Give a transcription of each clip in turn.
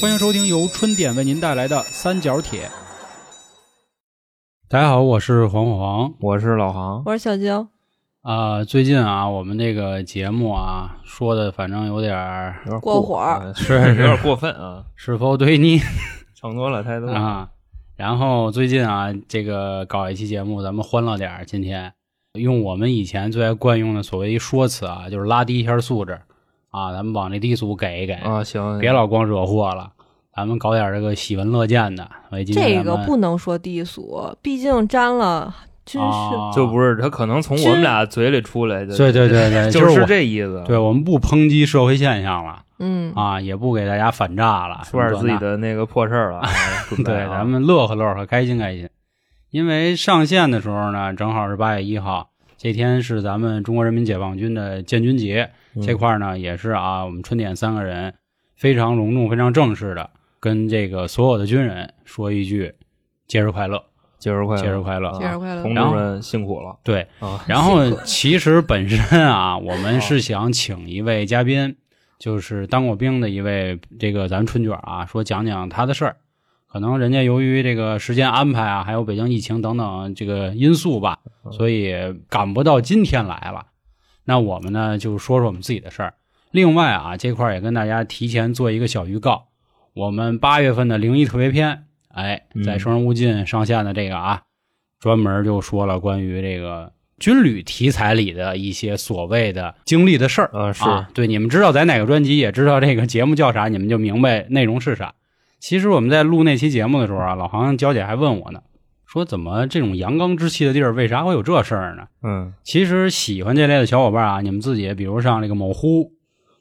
欢迎收听由春点为您带来的《三角铁》。大家好，我是黄黄我是老航，我是小娇，啊、最近啊，我们这个节目啊，说的反正有点儿有点过火儿 啊是有点过分 啊，是否对你唱多了太多了。啊。然后最近啊，这个搞一期节目，咱们欢乐点儿。今天用我们以前最爱惯用的所谓一说辞啊，就是拉低一下素质啊，咱们往这低俗给一给，啊，行，别老光惹祸了。咱们搞点儿这个喜闻乐见的。所以今天这咱个们不能说低俗，毕竟沾了，真是、啊、就不是他可能从我们俩嘴里出来的，对对对对， 就是是我这意思。对，我们不抨击社会现象了嗯，啊，也不给大家反诈了，说点自己什么的那个破事儿 了啊，这准备那的。对，啊咱们乐呵乐呵，开心开心。因为上线的时候呢，正好是八月一号，这天是咱们中国人民解放军的建军节，嗯这块儿呢也是啊，我们春点三个人非常隆重、非常正式的跟这个所有的军人说一句节日快乐，节日快乐，节日快乐啊节日快乐同志然后们辛苦了对，啊，然后其实本身啊，我们是想请一位嘉宾，就是当过兵的一位这个咱春卷啊，说讲讲他的事儿。可能人家由于这个时间安排啊，还有北京疫情等等这个因素吧，所以赶不到今天来了。那我们呢，就说说我们自己的事儿。另外啊，这块儿也跟大家提前做一个小预告，我们八月份的零一特别篇，哎，在嗯生人勿近上线的这个啊，专门就说了关于这个军旅题材里的一些所谓的经历的事儿啊是啊。对，你们知道在哪个专辑，也知道这个节目叫啥，你们就明白内容是啥。其实我们在录那期节目的时候啊，老航娇姐还问我呢，说怎么这种阳刚之气的地儿，为啥会有这事儿呢？嗯，其实喜欢这类的小伙伴啊，你们自己比如上这个某乎、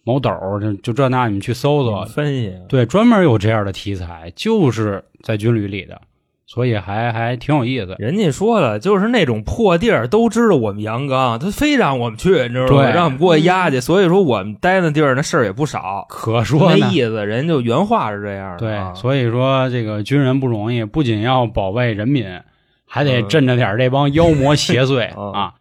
某抖，就就这那，你们去搜搜，分析对，专门有这样的题材，就是在军旅里的，所以还还挺有意思。人家说了，就是那种破地儿都知道我们阳刚，他非让我们去，你知道吗？对让我们过去压去，所以说我们待的地儿那事儿也不少，可说没呢，意思。人家就原话是这样的，啊对，所以说这个军人不容易，不仅要保卫人民，还得嗯镇着点儿这帮妖魔 邪祟嗯啊。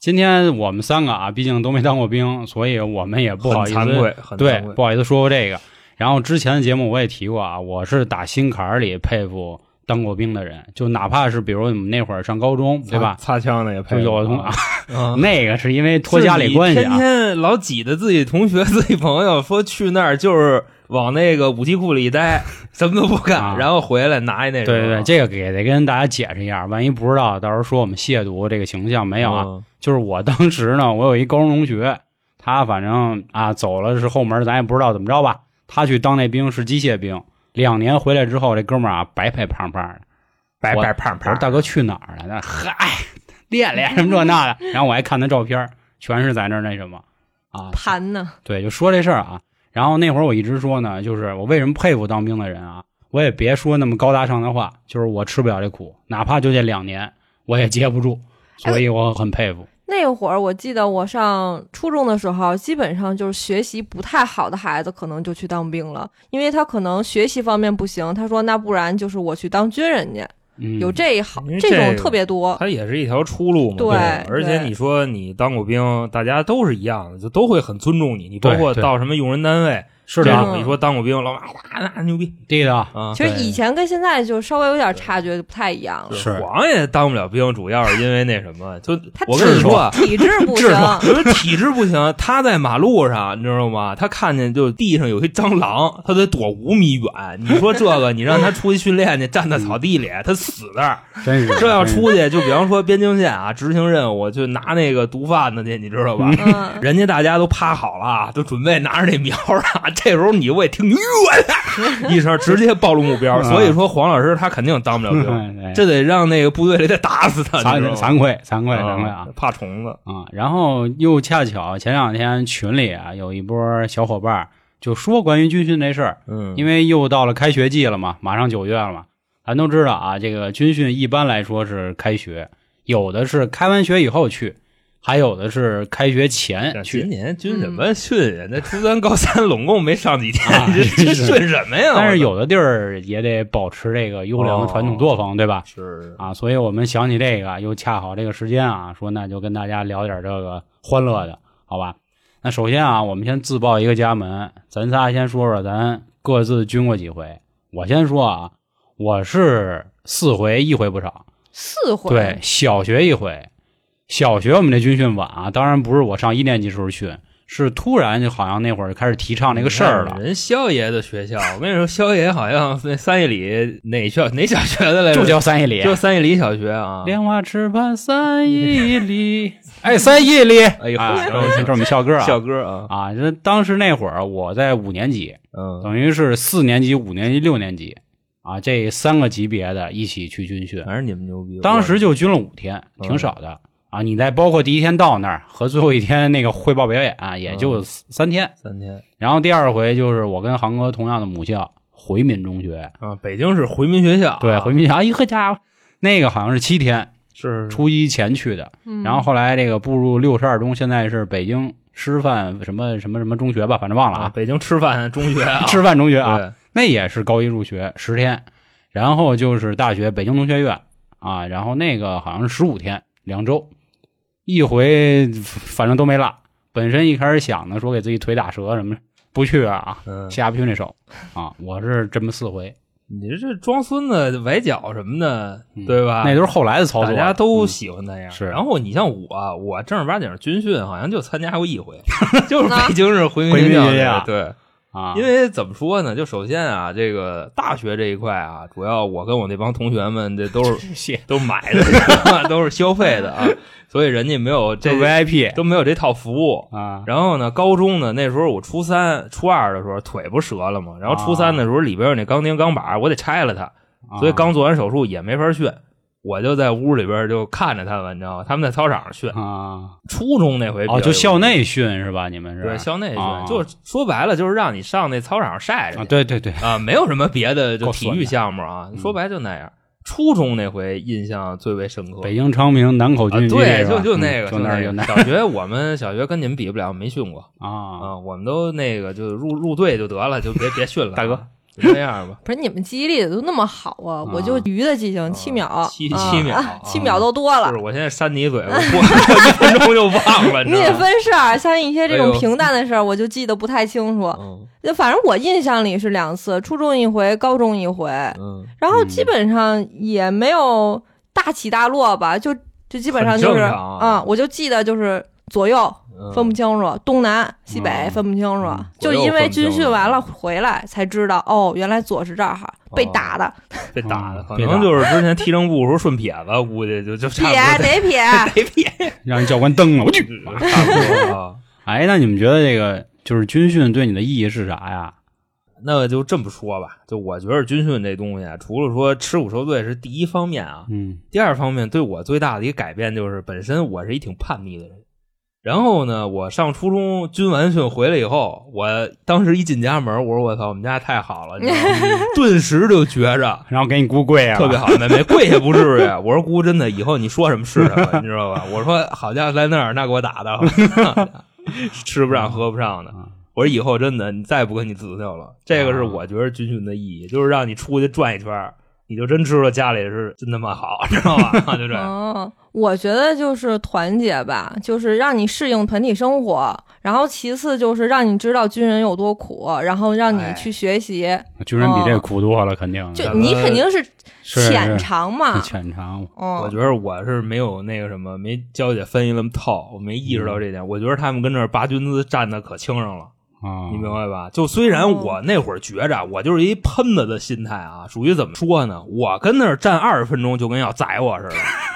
今天我们三个啊，毕竟都没当过兵，所以我们也不好意很惭思愧，很对惭，愧。不好意思说过这个。然后之前的节目我也提过啊，我是打心坎儿里佩服当过兵的人，就哪怕是比如你们那会儿上高中，对吧？擦枪的也配就有的同啊， 啊 那个是因为托家里关系天啊，天老挤着自己同学、自己朋友，说去那儿就是往那个武器库里 一待，什么都不干，啊然后回来拿一那对什么对对，这个给得跟大家解释一下，万一不知道，到时候说我们亵渎这个形象没有啊？嗯就是我当时呢，我有一高中同学，他反正啊走了是后门，咱也不知道怎么着吧。他去当那兵是机械兵，两年回来之后，这哥们儿啊白白胖胖的。白我白胖我说胖，大哥去哪儿了？那嗨，练练什么这那的。然后我还看他照片儿，全是在那儿那什么啊，盘呢，对，就说这事儿啊。然后那会儿我一直说呢，就是我为什么佩服当兵的人啊，我也别说那么高大上的话，就是我吃不了这苦，哪怕就这两年，我也接不住，所以我很佩服。那会儿我记得我上初中的时候，基本上就是学习不太好的孩子，可能就去当兵了，因为他可能学习方面不行。他说：“那不然就是我去当军人去，嗯，有这一行，因为这这种个特别多。它也是一条出路嘛。对吧对而且你说你当过兵，大家都是一样的，就都会很尊重你。你包对括对到什么用人单位，是这的，种嗯一说当过兵，老马哇那牛逼对的，啊！其实对以前跟现在就稍微有点差距，不太一样了。是皇爷当不了兵，主要是因为那什么，就他我跟你体说啊，体质不行制，度因为体质不行，他在马路上，你知道吗？他看见就地上有些蟑螂，他得躲五米远。你说这个，你让他出去训练去，站在草地里，他死那儿。真是这要真是出去，就比方说边境线啊，执行任务就拿那个毒贩子去，你知道吧？ 嗯，人家大家都趴好了啊，都准备拿着那苗儿啊。这时候你我也听哟一声，直接暴露目标。嗯所以说黄老师他肯定当不 了兵，对这得让那个部队里得打死他，哎惭你知道吗？嗯惭愧惭愧惭愧啊怕虫子。啊！然后又恰巧前两天群里啊有一波小伙伴就说关于军训这事儿，嗯因为又到了开学季了嘛，马上九月了嘛，咱都知道啊，这个军训一般来说是开学，有的是开完学以后去，还有的是开学 前今去。嗯年军什么训呀？那初三、高三拢共没上几天啊，这这真是训什么呀？但是有的地儿也得保持这个优良哦的传统作风，对吧？是啊，所以我们想起这个，又恰好这个时间啊，说那就跟大家聊点这个欢乐的，好吧？那首先啊，我们先自报一个家门，咱仨先说说咱各自军过几回。我先说啊，我是四回，一回不少。四回，对，小学一回，小学我们那军训晚啊，当然不是我上一年级时候训，是突然就好像那会儿开始提倡那个事儿你看了。人肖爷的学校，我跟你说，肖爷好像那三义里哪校哪小学的来着？就叫三一里，就三义里小学啊。莲花池畔三一里， 哎，三一里，哎呦啊行这是这是我们校歌啊，校歌啊，啊，这当时那会儿我在五年级，嗯，等于是四年级、五年级、六年级啊，这三个级别的一起去军训，反正你们牛逼。当时就军了五天，嗯挺少的啊。你再包括第一天到那儿和最后一天那个汇报表演、啊，也嗯就三天。三天然后第二回就是我跟航哥同样的母校回民中学，啊，北京是回民学校啊，对，回民校，哎呵家伙，那个好像是七天，是初一前去的，嗯然后后来这个步入六十二中，现在是北京师范什么什么什么中学吧，反正忘了啊，啊，北京吃饭中学 啊，师范中学啊，对，那也是高一入学十天，然后就是大学北京农学院啊，然后那个好像是十五天，两周，一回反正都没落。本身一开始想呢，说给自己腿打折什么，不去啊，嗯，下不去那手啊。我是这么四回，你这是装孙子崴脚什么的嗯，对吧？那都是后来的操啊大作，家都嗯喜欢那样。是然后你像我，我正儿八经军训好像就参加过 一回，就是北京市回回民民校学的校对，啊，因为怎么说呢？就首先啊，这个大学这一块啊，主要我跟我那帮同学们，这都 是谢都买的， 都是消费的啊，所以人家没有这这 VIP 都没有这套服务。啊，然后呢，高中呢，那时候我初三、初二的时候腿不折了嘛，然后初三的时候里边有那钢钉钢板，我得拆了它，啊所以刚做完手术也没法训，我就在屋里边就看着他们，你知道吗？他们在操场上训。啊，初中那哎回比较哦，就有校意思内训是吧？你们是对校内训，啊就是说白了就是让你上那操场上晒着去啊，对对对，啊，没有什么别的就够体损育的项目啊，嗯说白就那样。初中那回印象最为深刻，北京昌平南口啊军，对，就就那嗯个，就那儿儿就 那儿小学我们小学跟你们比不了，没训过啊，啊，我们都那个就入入队就得了，就别别训了 啊，大哥就那样吧。不是你们记忆力都那么好啊，我就鱼的记性 七秒，七啊七秒啊啊七秒都多就了是。我现在扇你一嘴，我过一分钟就忘了，你知得道吗？分事儿，像一些这哎种呦平淡的事儿，我就记得不太清楚。嗯就反正我印象里是两次，初中一回，高中一回，嗯，然后基本上也没有大起大落吧，就就基本上就很是正常啊嗯，我就记得就是左右嗯分不清楚，东南西北嗯分不清楚，嗯就左右因为分不清嗯军楚训完了回来才知道，哦，原来左是这儿哈，哦被打的，嗯被打的，可被打能就是之前踢正步的时候顺撇子，估计就就差撇不多得 撇，得撇，让人教官蹬了，我去。差不多啊。哎，那你们觉得这个就是军训对你的意义是啥呀？那就这么说吧，就我觉得军训这东西啊，除了说吃苦受罪是第一方面啊，嗯第二方面对我最大的一个改变就是，本身我是一挺叛逆的人。然后呢，我上初中军完训回来以后，我当时一进家门，我说我操，我们家太好了，你知道 吗顿时就觉着然后给你估跪啊，特别好。妹妹跪下不至于， 我说姑真的，以后你说什么是什么，你知道吧？我说好家伙，在那儿那给我打的，吃不上喝不上的嗯。我说以后真的，你再不跟你自拗了。这个是我觉得军训的意义，就是让你出去转一圈儿，你就真知道家里是真他妈好， 知道吧？就这样。嗯，我觉得就是团结吧，就是让你适应团体生活，然后其次就是让你知道军人有多苦，然后让你哎去学习。军人哦比这苦多了，肯定就的。你肯定是是浅尝嘛，浅尝，我嗯，觉得我是没有那个什么，没教姐分析那么透，我没意识到这点。我觉得他们跟这儿拔军姿站的可轻省了，啊，你明白吧？就虽然嗯我那会儿觉着我就是一喷子的心态啊，属于怎么说呢？我跟那儿站二十分钟就跟要宰我 似的，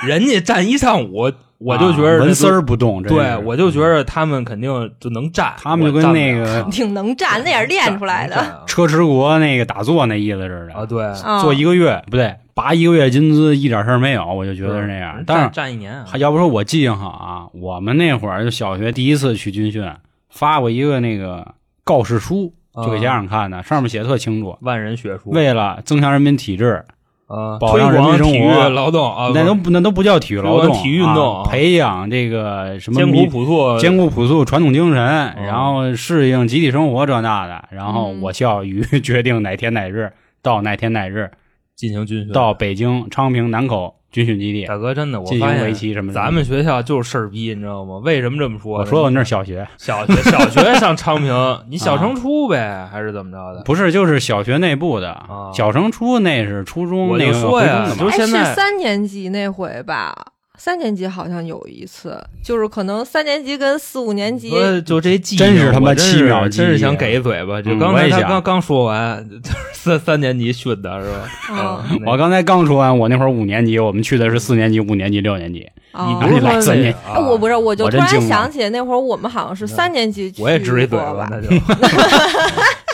人家站一上午，我就觉啊得纹丝这儿不动，都，真是对我就觉得他们肯定就能站，啊他们就跟那个挺能站，那也是练出来的。嗯的嗯车迟国那个打坐那意思似啊，的，对，啊坐一个月不对，拔一个月金资一点事儿没有，我就觉得是那样。但站是站一年啊还，要不说我记性好啊，我们那会儿就小学第一次去军训，发过一个那个告示书，就啊给家长看的，上面写的特清楚，万人学术，为了增强人民体质，啊，保障推广人民生体育活劳动啊，那都不那都不叫体育劳推动，广体育运动啊培养这个什么艰苦民朴哦素，艰苦朴素传统精神，然后适应集体生活这那的。然后嗯我校于 决定哪天哪日到哪天哪日进行军训到北京昌平南口军训基地大哥，真的，我进发行围现棋什么的。咱们学校就是事儿逼，你知道吗？为什么这么说？我说我那是小学，小学，小学上昌平， 你小升初呗，还是怎么着的？不是就是小学内部的，啊小升初那是初中我那就个说回呀中的就嘛是现哎，是在三年级那回吧？三年级好像有一次，就是可能三年级跟四五年级，说就这记忆，真是他妈我真是七秒记忆真是想给一嘴巴。就嗯刚我才也他想刚刚说完，就是三三年级训的是吧？嗯，嗯，我刚才刚说完，我那会儿五年级，我们去的是四年级、五年级、六年级。你哦不是哪说来三那啊年个哎我不是，我就我突真然惊了想起那会儿我们好像是三年级去我也支一嘴过巴，吧，那就行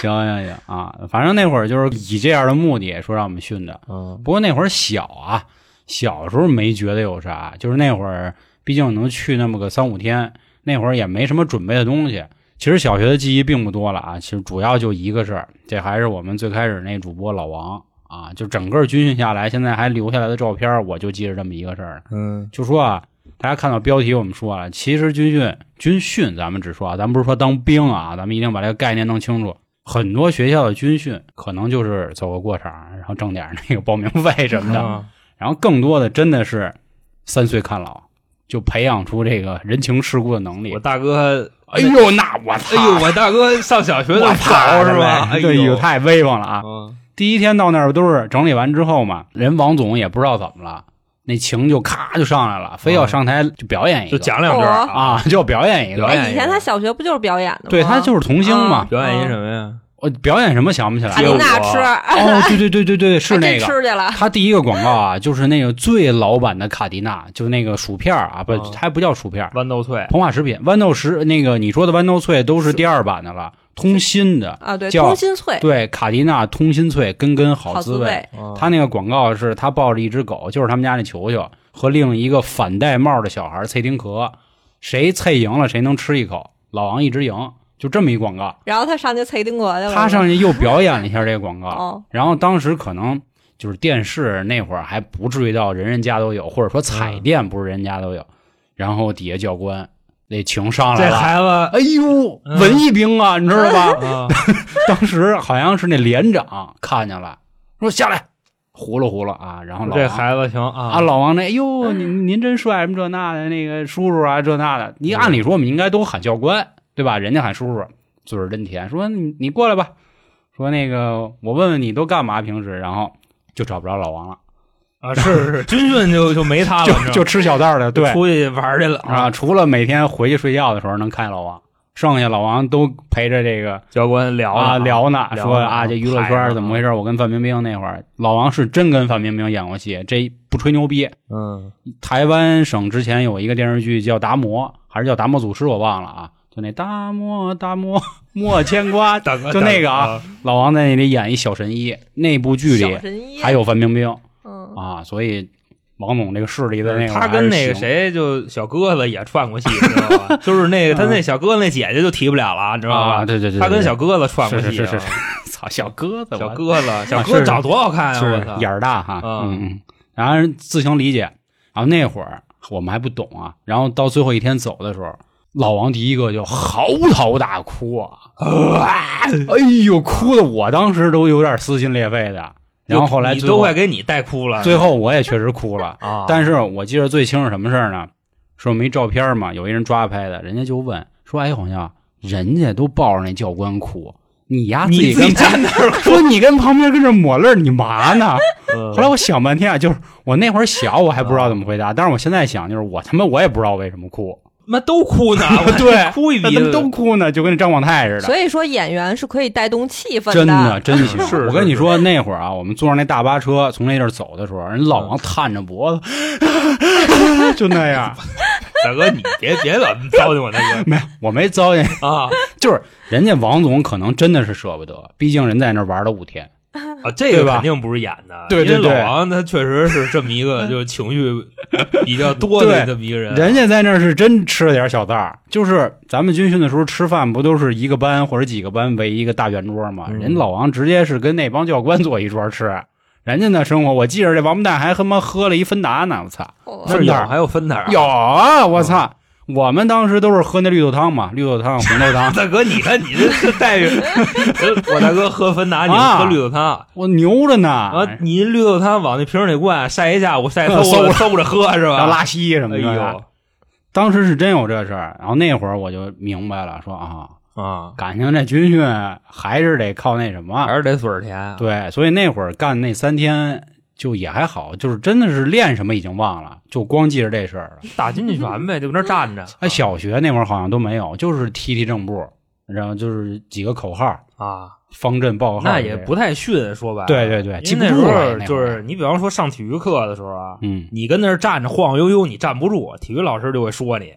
行行啊，反正那会儿就是以这样的目的说让我们训的。嗯不过那会儿小啊，小时候没觉得有啥，就是那会儿毕竟能去那么个三五天，那会儿也没什么准备的东西。其实小学的记忆并不多了啊，其实主要就一个事儿，这还是我们最开始那主播老王啊，就整个军训下来，现在还留下来的照片儿，我就记着这么一个事儿了。嗯就说啊，大家看到标题我们说了，啊其实军训军训咱们只说啊，咱不是说当兵啊，咱们一定把这个概念弄清楚。很多学校的军训可能就是走个过场，然后挣点那个报名费什么的，啊然后更多的真的是三岁看老，就培养出这个人情世故的能力我。大哥，哎呦，那我操！哎呦，我大哥上小学我的操早是吧？哎这个呦，太威风了啊！嗯第一天到那儿都是整理完之后嘛，人王总也不知道怎么了，那情就咔就上来了，非要上台就表演一个，就讲两句我儿啊，， 就表演一表个。演哦哎，以一前个他小学不就是表演的吗？对他就是童星嘛，表嗯演一什么呀？我表演什么想不起来卡街琳了。舞娜 吃，哦，对对对对对，是还那真个。吃去了，他第一个广告啊，就是那个最老版的卡迪娜，就那个薯片儿啊，不，哦还不叫薯片儿，豌豆脆，膨化食品，豌豆食那个你说的豌豆脆都是第二版的了，通心的。啊，对，叫通心脆，对，卡迪娜通心脆，根根好好滋滋味。味，嗯他那个广告是他抱着一只狗，就是他们家那球球和另一个反戴帽的小孩脆丁壳，谁脆赢了谁能吃一口，老王一直赢，就这么一广告。然后他上去脆丁果去了，他上去又表演了一下这个广告，嗯哦，然后当时可能就是电视那会儿还不至于到人人家都有，或者说彩电不是人家都有，然后底下教官那情上来这了。孩子哎呦，嗯文艺兵啊，你知道吧？ 啊，当时好像是那连长看见了，说下来，糊了糊了啊。然后老 这王孩子行啊啊，老王那，哎 呦，您您真帅，什么这那的，那个叔叔啊，这那的。你按理说我们应该都喊教官，对吧？人家喊叔叔，嘴儿真甜，说你你过来吧，说那个我问问你都干嘛平时，然后就找不着老王了，啊，是是，军训就就没他了，你 就知道啊就吃小道的，吗对出去玩儿去了啊，，除了每天回去睡觉的时候能看见老王，剩下老王都陪着这个教官聊啊聊呢，聊说呢啊这娱乐排呢圈怎么回事？我跟范冰冰那会儿，老王是真跟范冰冰演过戏，这不吹牛逼，嗯，台湾省之前有一个电视剧叫《达摩》，还是叫《达摩祖师》，我忘了啊。就那达摩达摩 莫牵挂，大哥就那个大啊老王在那里演一小神医，那部剧小里神医还有范冰冰嗯，啊，所以王总这个势力哥在那会儿他还是跟那个行，谁就小鸽子也串过戏，你知道 吧？就是那个他那小鸽子那姐姐就提不了了，你知嗯道啊，吧？对对对，对他跟对小 鸽子串过是戏，是是啊操小鸽子，小我鸽子，小啊鸽是子长多好看啊！我操是眼儿大哈，啊嗯嗯，然后自行理解。然后那会儿我们还不懂啊，然后到最后一天走的时候，老王第一个就嚎啕大哭啊，哎呦，哭的我当时都有点撕心裂肺的。然后后来你最都后快给你带哭了，最后我也确实哭了，啊！但是我记得最清楚什么事儿呢？是我没照片嘛，有一人抓拍的，人家就问说：“哎，好像人家都抱着那教官哭，你呀自你己自跟己站那儿哭，说你跟旁边跟这抹泪儿，你嘛呢？”嗯后来我想半天啊，就是我那会儿小，我还不知啊道怎么回答，但是我现在想，就是我他妈我也不知道为什么哭，妈都哭呢，啊我 对哭一那鼻他们子都哭呢，就跟张广泰似的。所以说演员是可以带动气氛真的，真行！是 是我跟你说，那会儿啊，我们坐上那大巴车从那地儿走的时候，人老王探着脖子， 就那样。大哥，你别别老糟践我那个 没有，我没糟践，啊 就是人家王总可能真的是舍不得，毕竟人在那儿玩了五天。啊，这个对吧肯定不是演的，对对因为对老王他确实是这么一 个就是情绪比较多的对这么一个人，啊人家在那儿是真吃了点小道儿，就是咱们军训的时候吃饭，不都是一个班或者几个班围一个大圆桌吗？嗯人老王直接是跟那帮教官坐一桌吃，人家那生活，我记着这王八蛋还他妈喝了一芬达呢，我操！哦分是哪有儿还有分哪儿啊有啊，我操！我们当时都是喝那绿豆汤嘛，绿豆汤、红豆 汤， 大哥，你看你这这待 遇，呃我大哥喝芬达，你啊们喝绿豆汤，我牛着呢，啊，你绿豆汤往那瓶儿里灌，晒一下 午，晒馊了，馊着喝是然后吧？拉稀什么哎的。呦当时是真有这事儿，然后那会儿我就明白了，说啊， 啊，感情这军训还是得靠那什么还，是得嘴儿甜啊。对，所以那会儿干那三天就也还好，就是真的是练什么已经忘了，就光记着这事儿了。打经济拳呗，就搁那儿站着。哎，小学那会儿好像都没有，就是踢踢正步，然后就是几个口号、啊，方阵、报号，那也不太训，说白了。对对对记因不为那住了时那候会儿就是你，比方说上体育课的时候啊，嗯，你跟那儿站着晃晃悠悠，你站不住，啊体育老师就会 说你。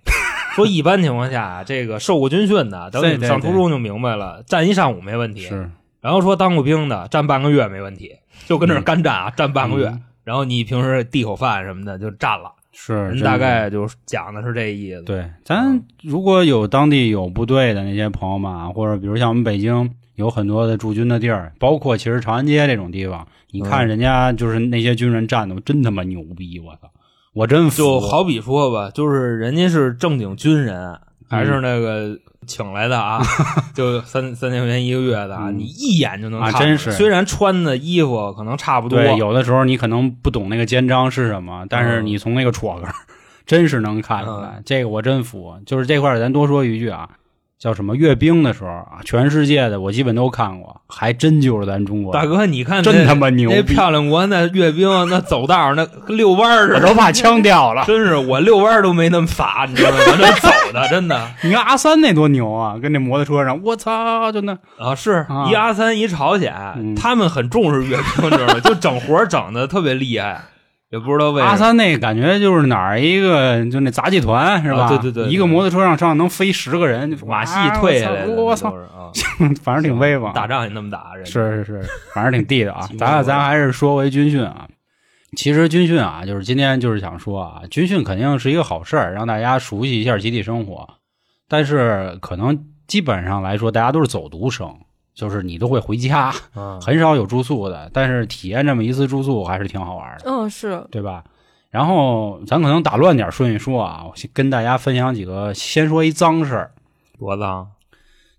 说一般情况下，这个受过军训的，等你对对们上对初中就明白了，站一上午没问题。是然后说当过兵的，站半个月没问题，就跟那儿嗯干站啊，站半个月。嗯然后你平时递口饭什么的就占了，是人真大的概就讲的是这意思。对，咱如果有当地有部队的那些朋友们啊，或者比如像我们北京有很多的驻军的地儿，包括其实长安街这种地方，你看嗯人家就是那些军人站的真他妈牛逼，我操，我真服。就好比说吧，就是人家是正经军人，还嗯是那个请来的 啊，就三三千块钱一个月的啊，嗯你一眼就能看出来。啊真是虽然穿的衣服可能差不多，对，有的时候你可能不懂那个肩章是什么，但是嗯你从那个戳根儿，真是能看出来，这个我真服。就是这块儿咱多说一句啊。叫什么阅兵的时候啊，全世界的我基本都看过，还真就是咱中国大哥，你看真那他妈牛那逼，漂亮国那阅兵那走道儿那跟遛弯儿我似 的，都怕枪掉了。真是我遛弯儿都没那么法，你知 道吗？那走的真的你看阿三那多牛啊，跟那摩托车上，我操，就那啊，是啊一阿三一朝鲜，嗯他们很重视阅兵，知道 吗？就整活儿整的特别厉害，也不知道为什阿么。三那感觉就是哪儿一个就那杂技团是吧？啊对对对对一个摩托车上上能飞十个人，马戏退下来的，我操，那都是啊，反正挺威风。啊打仗也那么打，人家是是是，反正挺地 道啊骑。摩咱托俩车咱还是说回军训啊。其实军训啊，就是今天就是想说啊，军训肯定是一个好事儿，让大家熟悉一下集体生活。但是可能基本上来说，大家都是走读生，就是你都会回家，嗯很少有住宿的。但是体验这么一次住宿还是挺好玩的。嗯，是对吧？然后咱可能打乱点顺序说啊，我先跟大家分享几个，先说一脏事儿，多脏，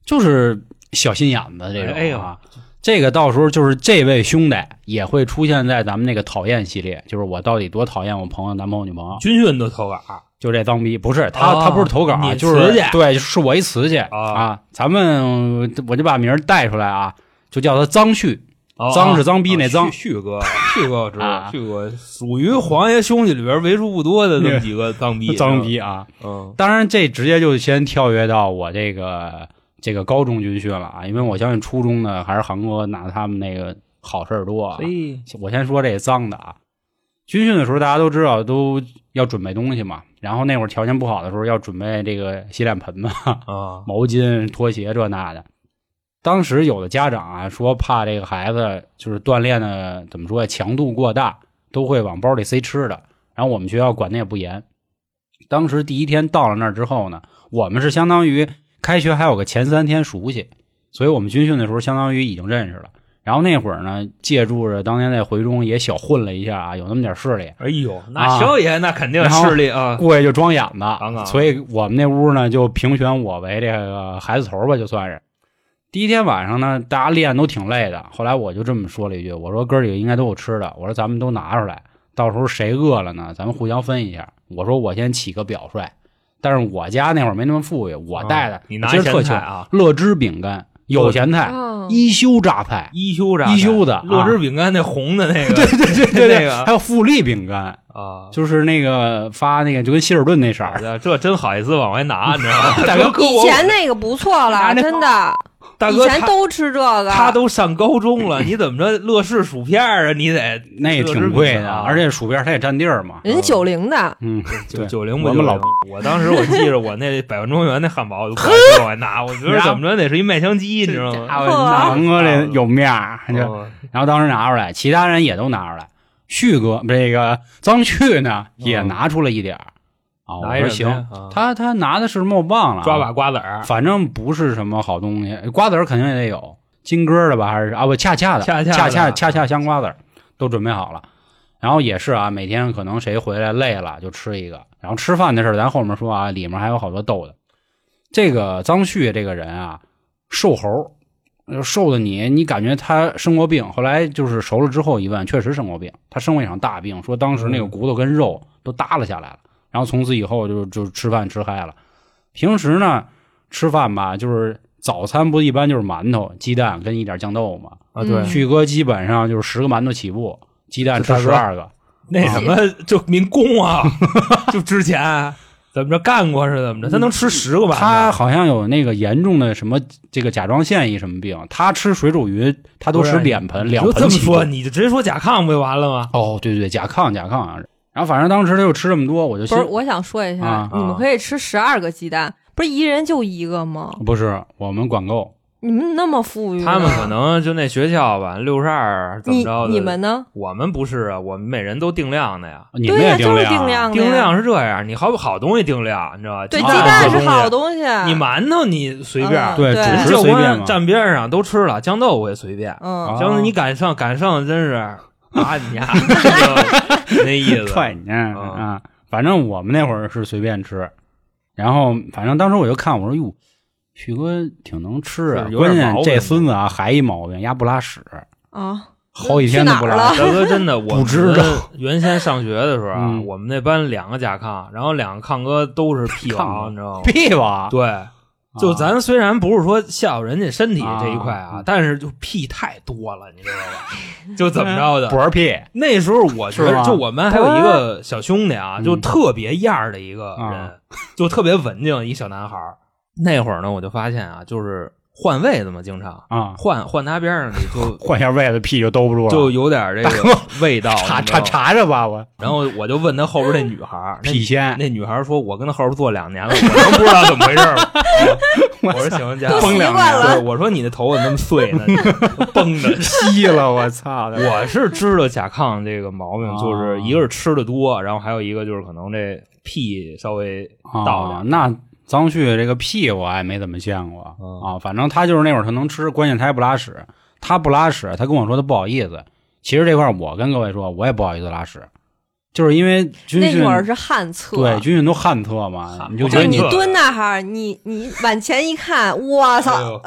就是小心眼子这种啊。哎呦这个到时候就是这位兄弟也会出现在咱们那个讨厌系列，就是我到底多讨厌我朋友男朋友女朋友，军训都投稿，就这脏逼，不是他、哦他不是投稿啊，你就是词去对，是我一词去、哦啊，咱们我就把名儿带出来啊，就叫他脏旭，哦脏是哦脏逼哦那脏旭旭哥，旭哥我 知啊道，旭哥属于皇爷兄弟里边为数不多的那么几个脏 逼，脏，逼啊。嗯当然，这直接就先跳跃到我这个这个高中军训了啊，因为我相信初中呢还是韩国拿他们那个好事儿多啊。以我先说这脏的啊，军训的时候大家都知道都要准备东西嘛，然后那会儿条件不好的时候要准备这个洗脸盆嘛、啊毛巾、拖鞋这那的。当时有的家长啊说怕这个孩子就是锻炼的怎么说呀强度过大，都会往包里塞吃的。然后我们学校管的也不严。当时第一天到了那儿之后呢，我们是相当于开学还有个前三天熟悉，所以我们军训的时候相当于已经认识了。然后那会儿呢，借助着当年在回中也小混了一下啊，有那么点势力，哎呦，啊那肖爷那肯定然后势力啊，过去就装眼子刚，刚所以我们那屋呢就评选我为这个孩子头吧，就算是。第一天晚上呢，大家练都挺累的。后来我就这么说了一句：“我说哥几个应该都有吃的，我说咱们都拿出来，到时候谁饿了呢，咱们互相分一下。”我说我先起个表率，但是我家那会儿没那么富裕，我带的、啊你拿其实特咸菜穷啊，、乐之饼干、有咸菜、啊，哎一休榨菜一休炸一休的乐啊之饼干那红的那个，对对对对那对，个还有富力饼干，啊，就是那个发那个就跟希尔顿那色儿好的，这真好意思往外拿，你知道吗？大哥哥以我前那个不错拿了，那真的， 大以哥前他都吃这个，他都上高中了，你怎么着乐事薯片儿啊？你得那也挺贵的，啊而且薯片它也占地儿嘛。人九零的，嗯，九对九零不我九们老零，我当时我记着我那百万中原那汉堡，我就不 敢往外拿，我觉得怎么着得是一麦香鸡，你知道吗？伙大鹏哥啊这有面儿，就嗯然后当时拿出来，其他人也都拿出来。旭哥这个 张旭呢也拿出了一点儿啊，我嗯哦拿一说什么行呀，啊他他拿的是什么我忘了啊，抓把瓜子儿，反正不是什么好东西，瓜子儿肯定也得有，金哥的吧还是啊不恰恰的，恰恰恰的恰恰恰香瓜子儿都准备好了。然后也是啊，每天可能谁回来累了就吃一个，然后吃饭的事儿咱后面说啊，里面还有好多逗的。这个张旭这个人啊，瘦猴，呃瘦的你你感觉他生过病，后来就是熟了之后一问，确实生过病，他生过一场大病，说当时那个骨头跟肉都耷拉下来了，然后从此以后就就吃饭吃嗨了。平时呢吃饭吧，就是早餐不一般就是馒头、鸡蛋跟一点酱豆腐嘛，啊，对，嗯旭哥基本上就是十个馒头起步，鸡蛋吃大十哥二个。 那什哎么就民工 啊，就之前怎么着干过是怎么着，他能吃十个吧？他好像有那个严重的什么这个甲状腺一什么病，他吃水煮鱼，他都不是吃脸盆，你两就这盆么起说，步你就直接说甲亢不就完了吗？哦，对对对，甲亢甲亢啊。然后反正当时他就吃这么多，我就不心是，我想说一下，啊你们啊可以吃十二个鸡蛋，不是一人就一个吗？不是我们管够，你们那么富裕呢，他们可能就那学校吧，六十二怎么你着的。你们呢？我们不是啊，我们每人都定量的呀。你们对呀、也就是量啊，量的呀，定量是这样，你好好东西定量，你知道吧？对鸡啊蛋这东是西好东西，你馒头你随便，嗯对对主食就随便光嘛。站边上都吃了，酱豆腐也随便。嗯啊，姜子你敢上敢上，真是打 你丫，就那意思。踹你嗯呢啊！反正我们那会儿是随便吃，然后反正当时我就看我说哟，旭哥挺能吃啊是，有点关键毛病这孙子啊还一毛病，丫不拉屎，啊，好几天都不去哪拉儿屎了。德哥真的，我不知道们原先上学的时候啊，嗯我们那班两个甲亢，然后两个亢哥都是屁亢啊哥王，你知道吗？屁吧？对，就咱虽然不是说笑人家身体这一块啊啊，但是就屁太多了，你知道 吧？就怎么着的，嗝屁那时候我觉是吗得，就我们还有一个小兄弟啊，嗯就特别样儿的一个啊人，就特别文静一小男孩儿。那会儿呢，我就发现啊，就是换位子嘛，经常啊！换换他边上去就换一下位子，屁就 兜不住了，哦就有点这个味道，查你知查道吗查着吧，我然后我就问他后边那女孩儿，那屁仙那女孩儿说：“我跟他后边坐两年了，我能不知道怎么回事儿吗？”我说：“行，家都伙习两惯对，了，我说你的头怎么那么碎呢？你崩的。 吸了，我操的！我是知道甲亢这个毛病，就是一个是吃的多，然后还有一个就是可能这屁稍微倒啊点，那张旭这个屁我还没怎么见过嗯啊，反正他就是那会儿他能吃，关键他也不拉屎，他不拉屎，他跟我说他不好意思。其实这块儿我跟各位说，我也不好意思拉屎，就是因为军那训会儿是旱厕，嗯对军训都旱厕嘛，旱你就觉得旱就你你厕蹲那儿，你你往前一看，我哎操，呦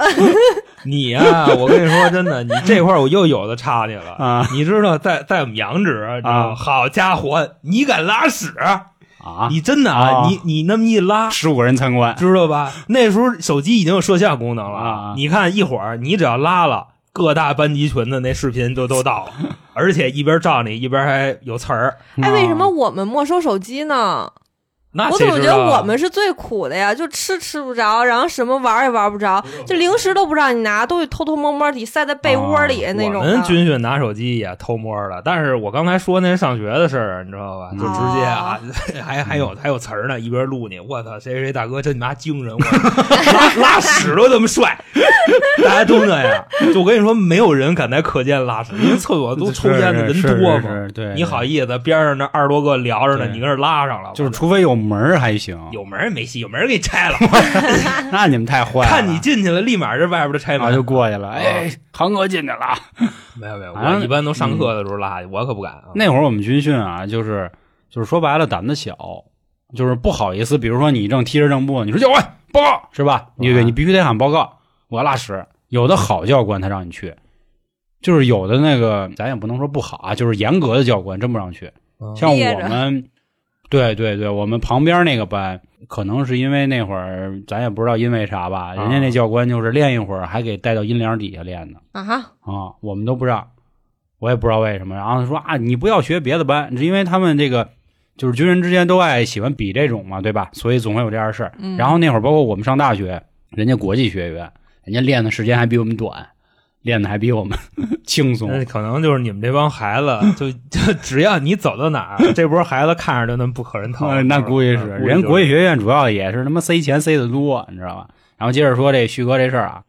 你啊，我跟你说真的，你这块儿我又有的插你了。啊你知道在在我们杨直，你知道啊吗好家伙，你敢拉屎？啊，你真的啊，啊你你那么一拉，十五人参观知道吧？那时候手机已经有摄像功能了。啊你看一会儿，你只要拉了，各大班级群的那视频就都到了， 而且一边照你一边还有词儿。哎，为什啊么我们没收手机呢？嗯那我谁怎么知觉道得啊我们是最苦的呀？就吃吃不着，然后什么玩儿也玩不着，就零食都不让你拿，都得偷偷摸摸地塞在被窝里那啊我种啊们的。军训拿手机也偷摸的，但是我刚才说那上学的事儿，你知道嗯吧？就直接啊， 还嗯还有还有词儿呢，一边录你，我操，谁谁谁大哥真你妈精神，我 拉拉屎都这么帅， 大家都那样。就我跟你说，没有人敢在课间拉屎，因为厕所都抽烟的人多是是嘛。是对，你好意思边上那二十多个聊着呢，对你跟这拉上了，就是我操除非有门儿还行，有门儿没戏，有门儿给 你拆了，那你们太坏了，看你进去了，立马这外边的拆啊门就。过去了，哎，航哥进去了。没有没有，啊我一般都上课的时候拉去，我可不敢啊。嗯那会儿我们军训啊，就是就是说白了胆子小，就是不好意思。比如说你正踢着正步，你说教官报告是吧？你对嗯你必须得喊报告，我要拉屎。有的好教官他让你去，就是有的那个咱也不能说不好啊，就是严格的教官真不让去。嗯像憋着我们，对对对，我们旁边那个班，可能是因为那会儿咱也不知道因为啥吧，人家那教官就是练一会儿还给带到阴凉底下练呢。啊，啊，我们都不让，我也不知道为什么。然后他说啊，你不要学别的班，是因为他们这个就是军人之间都爱喜欢比这种嘛，对吧？所以总会有这样的事儿。嗯然后那会儿包括我们上大学，人家国际学员，人家练的时间还比我们短，练的还比我们 轻松那。可能就是你们这帮 孩子，就就只要你走到哪儿，这波孩子看着就那么不可人讨呃厌。那估计是嗯人国估际计就是学院主要也是他妈塞钱塞的多，你知道吧？然后接着说这旭哥这事儿啊，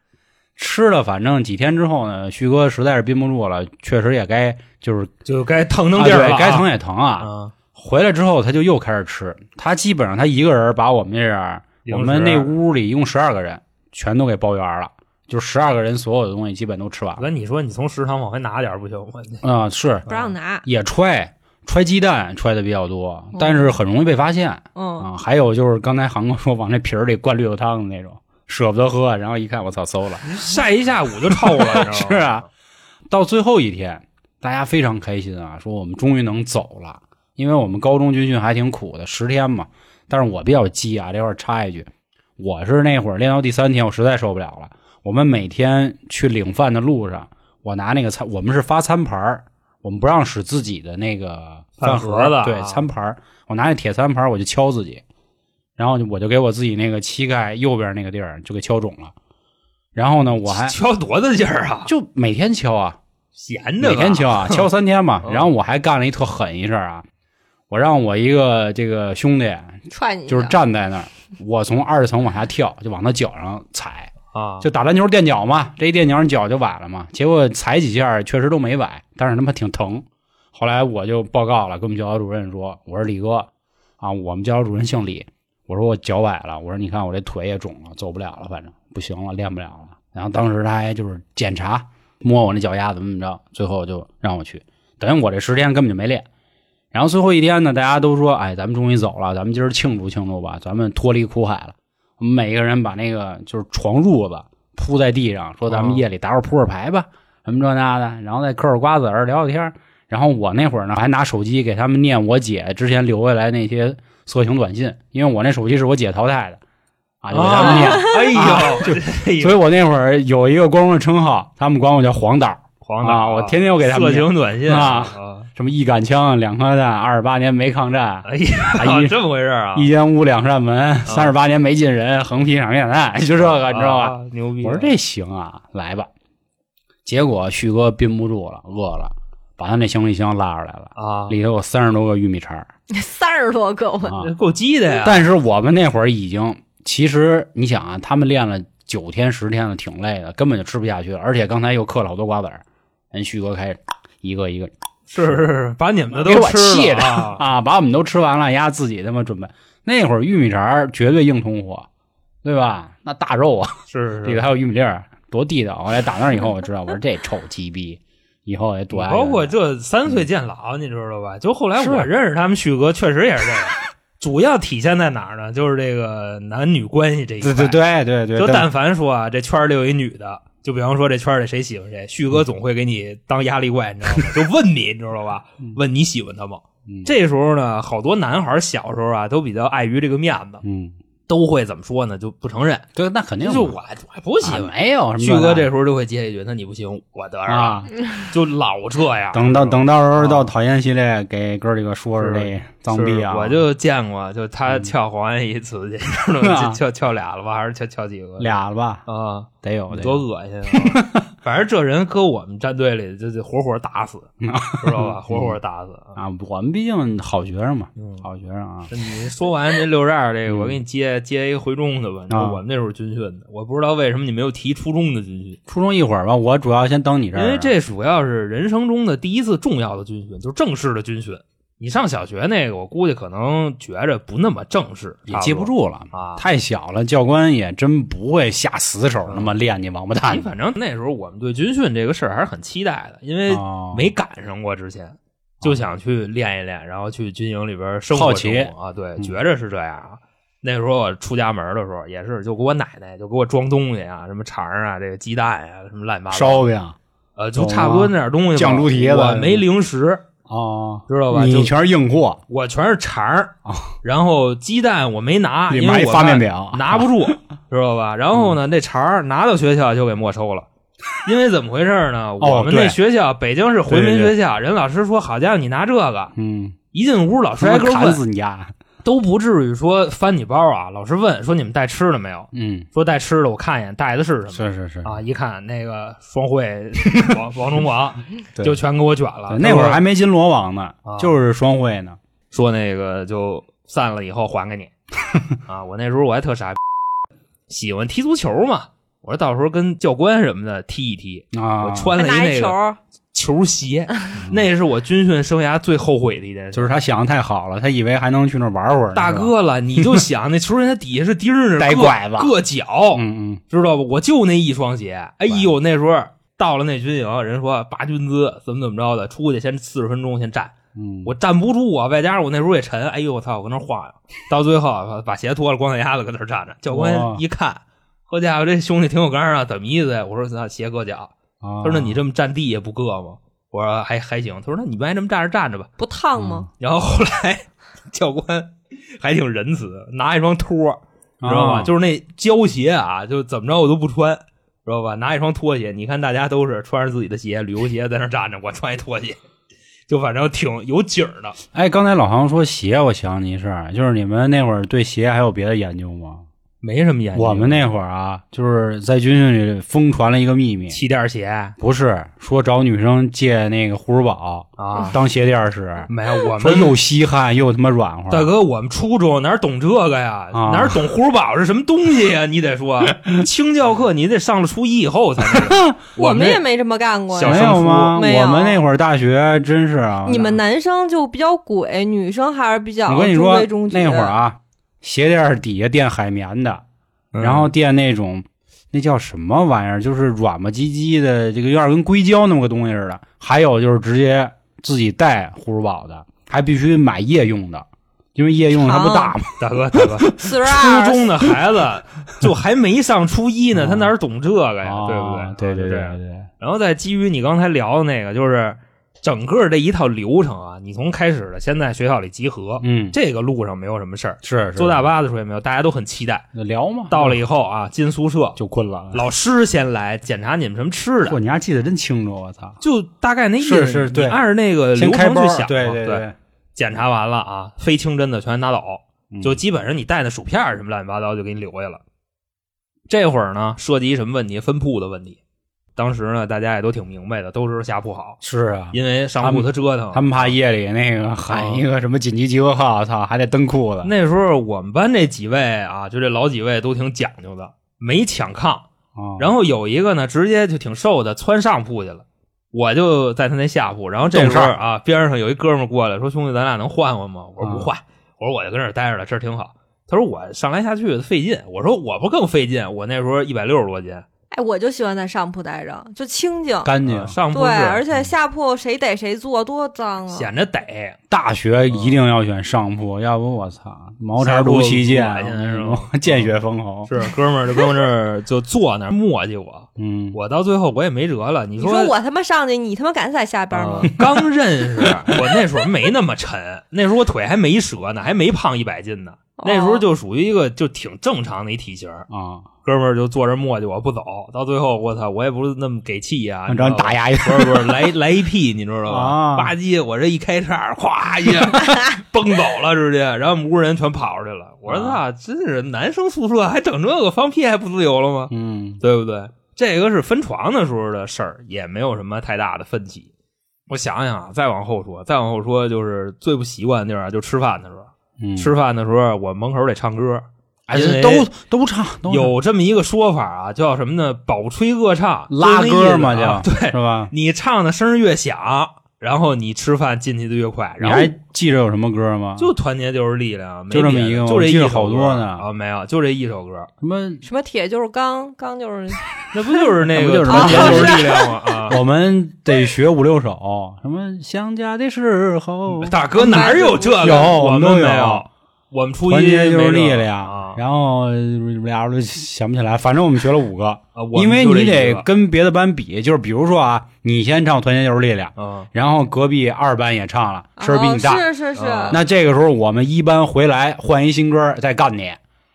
吃了反正几天之后呢，旭哥实在是憋不住了，确实也该就是就该腾腾啊地儿对了啊，该疼也疼啊啊！回来之后，他就又开始吃。他基本上他一个人把我们这样，零我食们那屋里一共十二个人，全都给包圆了，就十二个人所有的东西基本都吃完我了。跟你说，你从食堂往回拿点儿不行吗？啊、是不让拿，也揣，揣鸡蛋揣的比较多，但是很容易被发现嗯，啊。还有就是刚才韩哥说往那瓶儿里灌绿豆汤的那种，舍不得喝，然后一看我操馊了。晒一下午就臭了，你知道吗是啊，到最后一天，大家非常开心啊，说我们终于能走了，因为我们高中军训还挺苦的，十天嘛。但是我比较鸡啊，这块儿插一句，我是那会儿练到第三天，我实在受不了了。我们每天去领饭的路上，我拿那个餐，我们是发餐盘儿，我们不让使自己的那个饭盒盒子啊对，餐盘儿，我拿那铁餐盘儿我就敲自己，然后我就给我自己那个膝盖右边那个地儿就给敲肿了。然后呢，我还敲多大劲儿啊？就每天敲啊，闲着每吧。天敲啊，敲三天嘛嗯然后我还干了一特狠一事儿啊，我让我一个这个兄弟踹你一就是脚站在那儿，我从二十层往下跳，就往他脚上踩，啊，就打篮球垫脚嘛，这一垫脚你脚就崴了嘛。结果踩几下确实都没崴，但是他妈挺疼。后来我就报告了，跟我们教导主任说，我说李哥啊，我们教导主任姓李，我说我脚崴了，我说你看我这腿也肿了，走不了了，反正不行了，练不了了。然后当时他还就是检查，摸我那脚丫子怎么怎么着，最后就让我去，等于我这十天根本就没练。然后最后一天呢，大家都说，哎，咱们终于走了，咱们今儿庆祝庆祝吧，咱们脱离苦海了。我们每个人把那个就是床褥子铺在地上，说咱们夜里打会儿扑克牌吧，什么这那的，然后再嗑会儿瓜子儿聊聊天儿。然后我那会儿呢，还拿手机给他们念我姐之前留下来那些色情短信，因为我那手机是我姐淘汰的，啊，就给他们念。哎啊呦，哎所呦，以我那会儿有一个光荣的称号，他们管我叫黄导，黄导啊我天天我给他色们情短信啊啊，什么一杆枪、两颗弹、二十八年没抗战、哎呀啊，一这么回事儿啊？一间屋两扇门、三十八年没进人、横批两面弹，就这个你知道吧？啊？牛逼！我说这行啊，来吧。结果旭哥憋不住了，饿了，把他那行李箱拉出来了，啊，里头有三十多个玉米碴儿 三十多个我，啊这。够鸡的呀！但是我们那会儿已经，其实你想啊，他们练了九天十天了，挺累的，根本就吃不下去，而且刚才又嗑了好多瓜子儿。人旭哥开始一个一个是是是，把你们的都给我吃气了的啊！ 啊，把我们都吃完了，丫自己他妈准备。那会儿玉米碴儿绝对硬通货，对吧？那大肉啊， 是里头是是，还有玉米粒儿，多地道！后来打那儿以后，我知道，我说 这臭鸡逼，以后也躲。包括这三岁见老，你知道吧？就后来嗯是啊我认识他们旭哥，确实也是这样。主要体现在哪儿呢？就是这个男女关系这一块。对对对对对，就对但凡说啊，这圈儿里有一女的，就比方说这圈儿里谁喜欢谁，旭嗯哥总会给你当压力怪，你知道吗？ 就问你，你知道吧嗯？问你喜欢她吗？嗯这时候呢，好多男孩儿小时候啊，都比较碍于这个面子，嗯，都会怎么说呢？就不承认，对，那肯定就我我不不喜欢。没啊有什么旭哥这的时候就会接一句：“那你不行，我得上。啊，就老这样。等到等到时啊候到讨厌系列给哥几个说说是这脏逼啊，嗯是我就见过，就他撬黄安一次去，知道吗啊撬撬俩了吧，还是撬撬几个？俩了吧，啊，得有得多有，恶心 啊！反正这人搁我们战队里就得活活打死，嗯知道吧？活活打死。啊，我们毕竟好学生嘛，嗯，好学生啊，那你说完这六十二这个，嗯我给你接接一回中的吧。你说啊我们那时候军训的，我不知道为什么你没有提初中的军训，初中一会儿吧，我主要先登你这因儿，为这主要是人生中的第一次重要的军训，就是正式的军训。你上小学那个，我估计可能觉着不那么正式，也差多记不住了。啊。太小了，教官也真不会下死手那么练你王八蛋你。反正那时候我们对军训这个事儿还是很期待的，因为哦没赶上过之前，就想去练一练，然后去军营里边生活好奇生活啊，对，嗯觉着是这样啊。那时候我出家门的时候，也是就给我奶奶就给我装东西啊，什么肠啊，这个鸡蛋啊，什么乱七八糟，烧饼呃，就差不多那点东西吧。酱猪蹄子我没零食，哦，知道吧？就你全是硬货，我全是肠儿哦，然后鸡蛋我没拿，你因买为一我发怕面饼， 拿不住，知道吧？然后呢，那肠儿拿到学校就给没 收了，因为怎么回事呢？我们那对学校北京是回对民对学校，人老师说好家伙，你拿这个，嗯，一进屋老师挨他个妈砍问，死你呀！都不至于说翻你包啊。老师问说你们带吃的没有？嗯，说带吃的，我看一眼带的是什么。是是是，啊！一看那个 双汇王王中王，对就全给我卷了对。那会儿他还没金锣网呢啊，就是双汇呢。说那个就散了以后还 给你啊。我那时候我还特傻逼，喜欢踢足球嘛，我说到时候跟教官什么的踢一踢。啊，我穿了还拿那一球个儿，球 鞋，那是我军训生涯最后悔的一件事。就是他想的太好了，他以为还能去那儿玩会儿。大是吧，哥了，你就想那球鞋它底下是钉儿带的，硌拐子，硌脚，嗯嗯，知道吧？我就那一双鞋，哎呦，那时候到了那军营，人说拔军姿，怎么怎么着的，出去先四十分钟先站，嗯，我站不住啊，外加上我那时候也沉，哎呦我操，我搁那晃悠，到最后啊把鞋脱了，光脚丫子搁那站着。教哇官一看，好家伙，这兄弟挺有刚啊，怎么意思呀？我说那鞋硌脚。他他说那你这么站地也不硌吗？我说还还行。他说那你不爱这么站着站着吧。不烫吗？然后后来教官还挺仁慈，拿一双拖儿，知知道吧？就是那胶鞋啊，就怎么着我都不穿，知道吧？拿一双拖鞋，你看大家都是穿着自己的鞋，旅游鞋在那站着，我穿一拖鞋，就反正挺有景儿的。哎，刚才老航说鞋，我想起一事儿，就是你们那会儿对鞋还有别的研究吗？没什么研究。我们那会儿啊，就是在军训里疯传了一个秘密，气垫鞋啊，不是说找女生借那个护舒宝啊当鞋垫儿嗯使， 没有我嗯说们。又吸汗又他妈软和。大哥，我们初中哪懂这个呀？啊哪懂护宝是什么东西呀？你得 说清教课，你得上了初一以后才知道。我们那也没这么干过呀。小没有吗？没有我们那会儿大学真是啊，你们男生就比较鬼，女生还是比较我跟你中说规中矩。那会儿，啊，鞋垫儿底下垫海绵的，嗯然后垫那种那叫什么玩意儿，就是软吧唧唧的，这个有点跟硅胶那么个东西似的。还有就是直接自己带护舒宝的，还必须买夜用的，因为夜用它不大嘛。大哥，大哥，四十二初中的孩子就还没上初一呢，他哪懂这个呀？对不啊对对就这样对对，然后再基于你刚才聊的那个，就是整个这一套流程啊，你从开始的先在学校里集合，嗯，这个路上没有什么事儿，是坐大巴的时候也没有，大家都很期待。聊嘛，到了以后啊，进宿舍，就困了。老师先来检查你们什么吃嚯，的，你还记得真清楚，我操！就大概那意思，是是对你按着那个先呃流开程包儿去想嘛，啊对对对，检查完了啊，非清真的全拿走，嗯就基本上你带的薯片儿什么乱七八糟就给你留下了。这会儿呢，涉及一什么问题？分铺的问题。当时呢，大家也都挺明白的，都知道下铺好，是啊。因为上铺它折腾。他们怕夜里那个喊一个什么紧急集合号，操，还得蹬裤子。啊那时候我们班这几位啊，就这老几位都挺讲究的，没抢炕。啊然后有一个呢，直接就挺瘦的，窜上铺去了。我就在他那下铺，然后这时懂候事啊，边上有嗯一哥们儿过来说：“兄弟，咱俩能换换吗？”我说：“啊不换。我说：“我就跟这儿待着了，这儿挺好。”他说：“我上来下去费劲。”我说：“我不更费劲？我那时候一百六十多斤，哎，我就喜欢在上铺待着，就清静。干净啊，上铺对，而是且下铺谁逮谁坐，多脏啊！显着得。大学一定要选上铺，嗯要不我操，毛茬如其剑嗯下铺不恶心是吧，见血封喉。是 哥们儿就跟我这儿就坐那儿磨叽我，嗯，我到最后我也没辙了。你你说我他妈上去，你他妈敢在下边吗啊？刚认识，我那时候没那么沉，那时候我腿还没折呢，还没胖一百斤呢。那时候就属于一个就挺正常的一体型儿，啊，哥们儿就坐这磨叽我不走，到最后我操，我也不是那么给气呀、让找你打压，压一不是不是，来来一屁，你知道吧？啊吧唧，我这一开叉，咵一下崩走了直接，然后我们屋人全跑出去了。我说啊操，真是男生宿舍还整这个放屁还不自由了吗？嗯，对不对？这个是分床的时候的事儿，也没有什么太大的分歧。我想想啊，再往后说，再往后说，就是最不习惯的地儿啊，就吃饭的时候。嗯吃饭的时候，啊我门口得唱歌，哎因为都都唱，都唱有这么一个说法啊，叫什么呢？饱吹恶唱，拉就是那意思歌嘛啊叫对是，吧？你唱的声儿越响，然后你吃饭进去的越快，你然后还记着有什么歌吗？就团结就是力量，没就这么别的一个就这我一记着首好歌多呢啊，没有，就这一首歌，什么？ 什么铁就是钢，钢就是 那不就是那 那不就个是团结团结就是力量吗？啊，我们得学五六首，什么想家的时候， 大哥哪有这个？有我我们们都没有有，我们初一团结就是没力这个量啊。然后俩人想不起来，反正我们学了五个，啊！我因们为就这你一得个跟别的班比，就是比如说啊，你先唱《团结就是力量》。啊，然后隔壁二班也唱了，声儿比哦你大。是是是，啊那这个时候我们一班回来换一新歌儿再干你，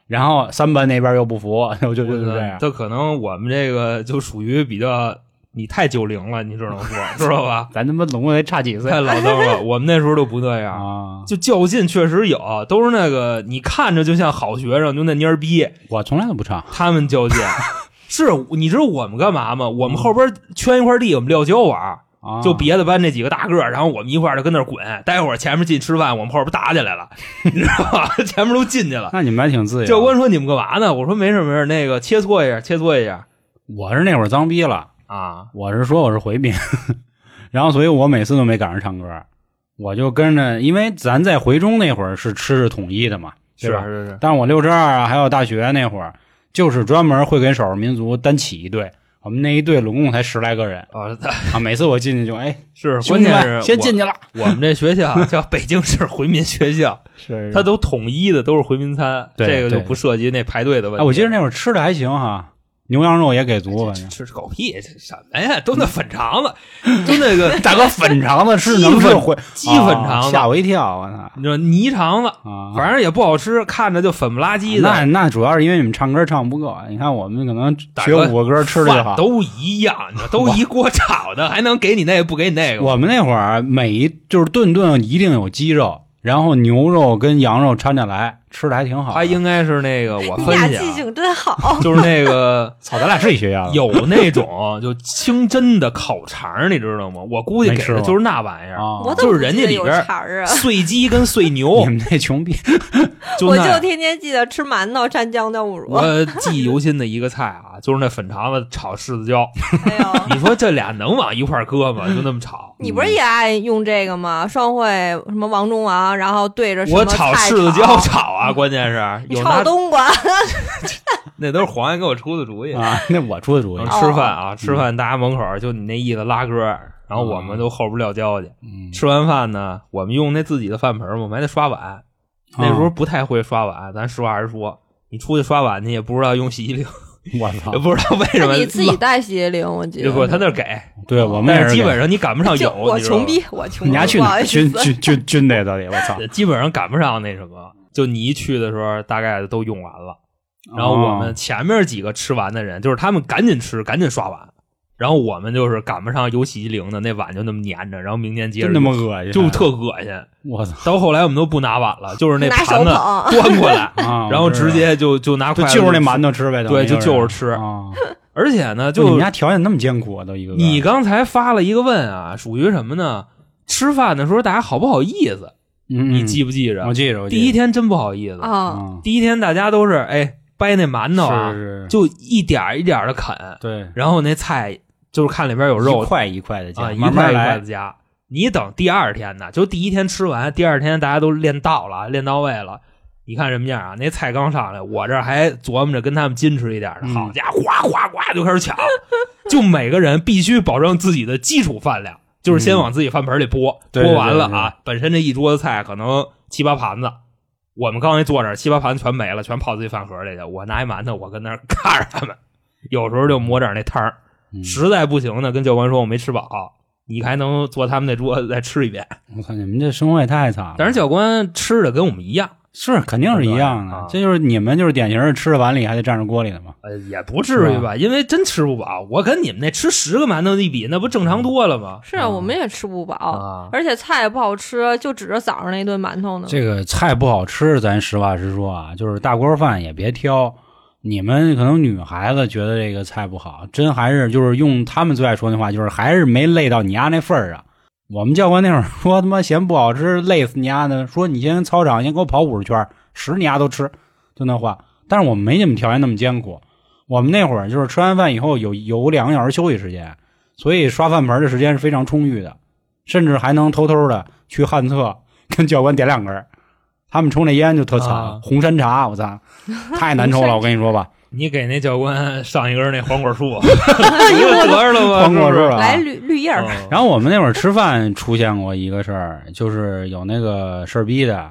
然后三班那边又不服， 就 就就就这样。这可能我们这个就属于比较你太九零了，你只能说知道吧？咱他妈总共得差 几岁太老登了，我们那时候就不这样。啊！就较劲确实有，都是那个你看着就像好学生，就那蔫儿逼，我从来都不唱，他们较劲。 是你知道我们干嘛吗？我们后边圈一块地，我们撂跤玩儿。啊、就别的班那几个大个儿，然后我们一块儿就跟那儿滚。待会儿前面进吃饭，我们后边打起来 了，你知道吧？ 前面都进去了。那你们还挺自由。教官说：“你们干嘛呢？”我说：“没事没事，那个切磋一下，切磋一下我是那会儿脏逼了，啊。我是说我是回民， 然后所以我每次都没赶上唱歌儿，我就跟着，因为咱在回中那会儿是吃是统一的嘛，”对是吧？是是，但是我六十二啊，还有大学那会儿，就是专门会跟少数民族单起一队，我们那一队拢共才十来个人啊，啊，每次我进去就哎， 是兄关弟键们是先我进去了，我们这 学校啊叫北京市回民学校，是它都统一的都是回民餐，对这个就对不涉及那排队的问哎，题。我记得那会儿吃的还行哈，牛羊肉也给足，反这 正吃狗屁，这什么呀？都那粉肠子，都 那个大哥粉，粉肠子是鸡能吃粉回鸡粉肠啊子吓我一跳，我操！你知道泥肠子，啊，反正也不好吃，看着就粉不拉几的。那那主要是因为你们唱歌唱不够，啊你看我们可能学五个歌吃的就饭好。都一样，你知道都一锅炒的，还能给你那个不给你那个吗？我们那会儿每一就是顿顿一定有鸡肉，然后牛肉跟羊肉掺着来，吃的还挺好。他应该是那个我你分俩析记啊，，性真好就是那个操，咱俩是一学校的，有那种就清真的烤肠儿，你知道吗？我估计没给吃过的就是那玩意儿，啊，我怎么就是人家不记得里有边儿茬儿啊？碎鸡跟碎牛你，们那穷逼就 我那就天天记得吃馒头蘸酱豆腐乳，我记忆犹新的一个菜啊，就是那粉肠子炒柿子 椒。哎 呦。。你说这俩能往一块儿搁吗？就那么炒你不是也爱用这个吗？双汇什么王中王，然后对着什么我炒菜柿子椒炒啊，关键 是 你有炒那冬瓜，那都是黄爷给我出的主 意。啊，那我出的主意然。后吃饭哦啊，吃饭大家门口儿就你那意思拉歌儿，然后我们都后边撂跤去。 嗯吃完饭呢，我们用那自己的饭盆儿嘛，我们还得刷碗。那时哦候不太会刷碗，咱实话实说，你出去刷碗去也不知道用洗衣灵，我操也，不知道为什那么。你自己带洗衣灵，我记也得不，他那儿给，对我们但也是是基给本上你赶不上 就有。我你知道吗穷逼，我穷逼，你家去不哪好儿意军 思，军军军队到底？我操！基本上赶不上那什么。就你一去的时候，大概都用完了。 然后我哦啊们前面几个吃完的人，就是他们赶紧吃，赶紧刷碗。然后我们就是赶不上有洗衣灵的，那碗就那么粘着，然后明天接着真他妈恶心，啊就特恶心。我 操到后来我们都不拿碗 了，就是那拿手盘子捧， 端过来，啊！然后我知道直接就就拿就筷子就是那馒头吃呗，等于对，就是就是吃。啊。 而且呢，就你就们家条件那么艰苦啊，都一个个你刚才发了一个问啊，属于什么呢？吃饭的时候大家好不好意思？嗯你记不记着我？记着，我记第一着天真不好意思，啊，嗯第一天大家都是哎掰那馒头啊，是是，就一点儿一点儿的啃，对，然后那菜就是看里边有肉一块一块的啊，加，一慢块慢一块来的。加。你等第二天呢，就第一天吃完，第二天大家都练到了，练到位了。你看什么样啊？那菜刚上来，我这儿还琢磨着跟他们矜持一点呢。嗯好家伙，哗哗哗就开始抢， 就每个人必须保证自己的基础饭量，就是先嗯往自己饭盆里拨，对拨对完对了对啊，本身这一桌子菜可能七八盘子，我们刚一坐这儿，七八盘全没了，全泡自己饭盒里去。我拿一馒头，我跟那儿 看着他们，有时候就抹点那汤儿，嗯实在不行呢，跟教官说我没吃饱，你还能坐他们那桌子再吃一遍。我操，你们这生活也太惨了。 但是教官吃的跟我们一样，是肯定是一样啊的，这就是你们就是典型的吃着碗里还得站着锅里的嘛。呃，也不至于是吧，因为真吃不饱。我跟你们那吃十个馒头一比，那不正常多了吗？是啊，我们也吃不饱，啊，而且菜也不好吃，就指着早上那顿馒头呢。这个菜不好吃，咱实话实说啊，就是大锅饭也别挑。你们可能女孩子觉得这个菜不好，真还是就是用他们最爱说那话，就是还是没累到你丫那份儿上。我们教官那会儿说他妈嫌不好吃，累死你丫的，说你先操场先给我跑五十圈儿，屎你丫都吃，就那话。但是我们没你们条件那么艰苦，我们那会儿就是吃完饭以后有有两个小时休息时间，所以刷饭盆的时间是非常充裕的，甚至还能偷偷的去旱厕跟教官点两根儿。他们抽那烟就特惨，啊红山茶，我 操，太难抽了，我跟你说吧，你给那教官上一根那黄 果树， 你就得着了吗？光过日是不是了啊。来绿绿叶儿，嗯然后我们那会儿吃饭出现过一个事儿，就是有那个事儿逼的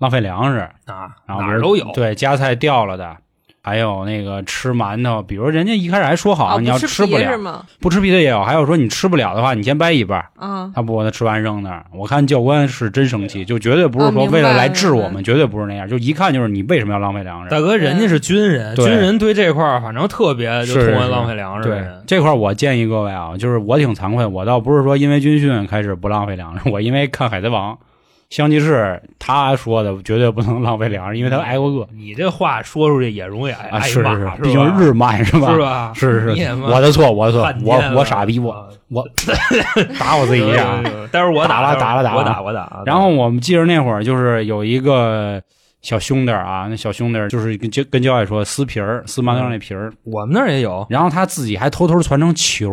浪费粮食，啊，然哪后比儿如都有。对夹菜掉了的，还有那个吃馒头，比如人家一开始还说好、啊，你要不吃皮是了，吗？不吃皮的也有，还有说你吃不了的话，你先掰一半儿，啊，他不把他吃完扔那儿。我看教官是真生气，就绝对不是啊说明为了白来明治我白们，绝对不是那样，就一看就是你为什么要浪费粮食。大哥，人家是军人，对军人对这块儿反正特别就是是同恩浪费粮食的对人。这块，我建议各位啊，就是我挺惭愧，我倒不是说因为军训开始不浪费粮食， 我因为看《海贼王》，香吉士他说的绝对不能浪费粮食，因为他挨过饿你这话说出去也容易挨啊，嗯挨是骂，是吧毕竟日漫是吧？是吧？是是你也是，骂我的错，我的错半，天我了我傻逼，我啊我打我自己一下。有有有待会儿我打了打了打了我打我打啊。然后我们记着那会儿就是有一个小兄弟儿啊，那小兄弟儿就是跟教跟教练说撕皮儿，撕馒头上那皮儿，我们那儿也有，然后他自己还偷偷攒成球，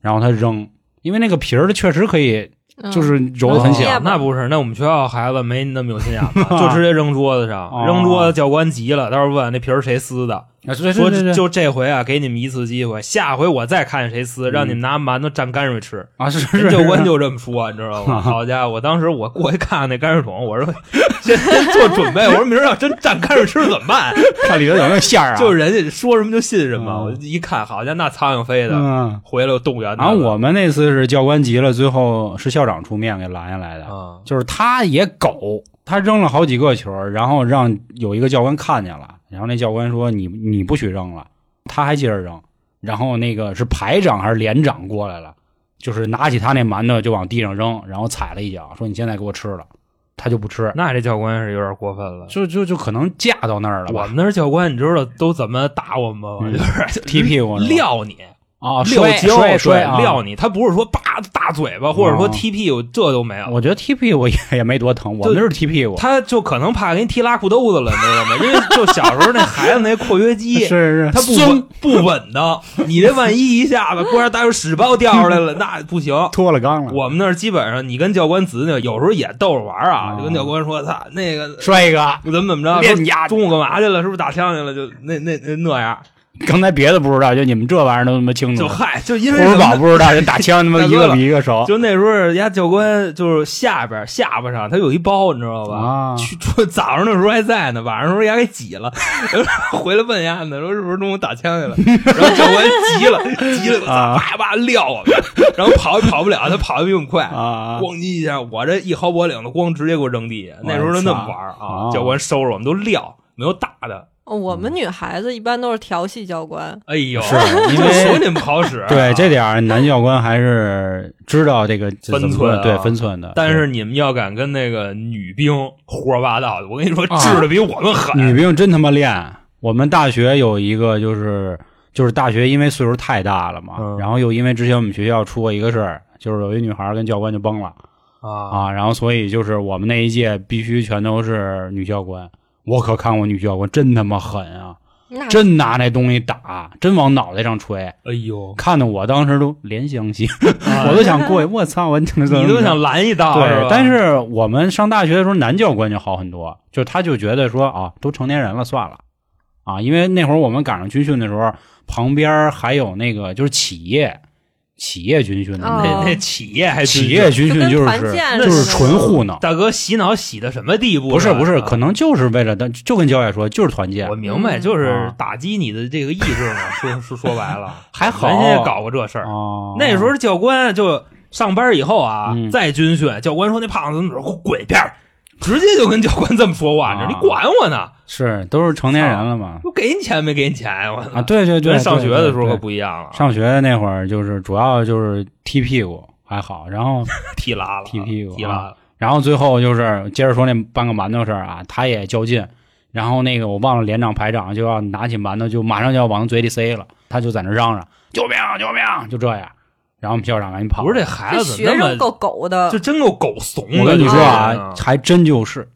然后他扔，因为那个皮儿确实可以嗯就是揉的很哦小吧，那不是，那我们学校孩 子没那么有心眼子，就直接扔桌子上哦，扔桌子教官急了，到时候问那皮儿谁撕的，啊，对说对对对就这回啊，给你们一次机会，下回我再看谁撕，让你们拿馒头蘸泔水吃。啊，是 人是教官是就这么说，你知道吗？好家伙，我当时我过去看看那泔水桶，我说先先做准备，我说明儿要真蘸泔水吃怎么办？ 看里头有没有馅儿啊，就是人家说什么就信什么。嗯我一看，好家伙，那苍蝇飞的，嗯。回来又动员然他后们我们那次是教官急了，最后是校长出面给拦下来的。啊，就是他也狗，他扔了好几个球儿，然后让有一个教官看见了，然后那教官说你你不许扔了，他还接着扔，然后那个是排长还是连长过来了，就是拿起他那馒头就往地上扔，然后踩了一脚，说你现在给我吃了，他就不吃，那这教官是有点过分了。就就就可能架到那儿了我吧们，那儿教官，你知道都怎么打我们吗？嗯就是踢屁股是吧撂你，啊撂摔跤，摔摔对啊撂你。他不是说叭大嘴巴，或者说啊踢屁股，这都没有。我觉得踢屁股也也没多疼，我们那是踢屁股，他就可能怕给你踢拉裤兜子了，你知道吗？因为就小时候那孩子那括 约肌，是他不稳松不稳 当，你这万一一下子，锅大有屎包掉出来了，那不行。脱了肛了，我们那儿基本上，你跟教官子女有时候也逗着玩儿啊啊，就跟教官说：“他那个摔一个，怎么怎么着，练说你丫中午干嘛去了？是不是打枪去了？就那那那那样， 刚才别的不知道，就你们这玩意儿都他妈清楚就了。嗨，就因为护什士么宝呢？不知道，人打枪他妈 大哥一个比一个熟就那时候，人家教官就是下边下巴上他有一包，你知道吧？啊去出早上的时候还在呢，晚上的时候牙给挤了， 回来问丫呢，说是不是中午打枪去了？然后教官急 了，急了，啊叭叭撂我们，然后跑也跑不了，他跑得比我们快，啊！ 咣叽一下，我这一毫脖领子咣直接给我扔地下。那时候就那么玩儿啊，啊教官收拾我们都撂，没有打的。哦我们女孩子一般都是调戏教官，哎呦，是因就说为你们不好使啊、 对这点儿男教官还是知道这个这分怎么寸说啊对分寸的。但是你们要敢跟那个女兵胡说八道的，我跟你说，啊治的比我们对女狠。兵真他妈练。我们大学有一个就是就是大学，因为岁数太大了嘛，嗯然后又因为之前我们学校出过一个事儿，就是有一女孩儿跟教官就崩了啊啊，然后所以就是我们那一届必须全都是女教官。我可看过女教官，真他妈狠啊！那真拿那东西打，真往脑袋上捶。哎呦，看的我当时都怜香惜， 啊我都想过去， 我操，我你你都想拦一道，对吧，但是我们上大学的时候，男教官就好很多，就他就觉得说啊，都成年人了，算了啊，因为那会儿我们赶上军训的时候，旁边还有那个就是企业企业军训的哦那那那企业还企业军就训跟就团是建就似是的纯糊弄，大哥洗脑洗到什么地步？不是不是，啊可能就是为了，就跟教练说就是团建我，明嗯白，就是啊打击你的这个意志嘛。说说说白了，还好咱也搞过这事儿。哦，那时候教官就上班以后啊，嗯再军训，教官说那胖子怎么着，给我滚一边儿，直接就跟教官这么说话，啊你管我呢？是都是成年人了嘛。我给你钱没给你钱？我操啊，！对对对，咱上对学的时候对可对不一样了，上学那会儿就是主要就是踢屁股还好，然后踢拉了，踢屁股啊踢拉了。然后最后就是接着说那半个馒头事儿啊，他也较劲，然后那个我忘了连长排长就要拿起馒头就马上就要往嘴里塞了，他就在那嚷嚷救命救命就这样，然后我们校长赶紧跑。不是这孩这子怎学么生那么够狗的就，真够狗怂的？我跟你说这啊人，还真就是，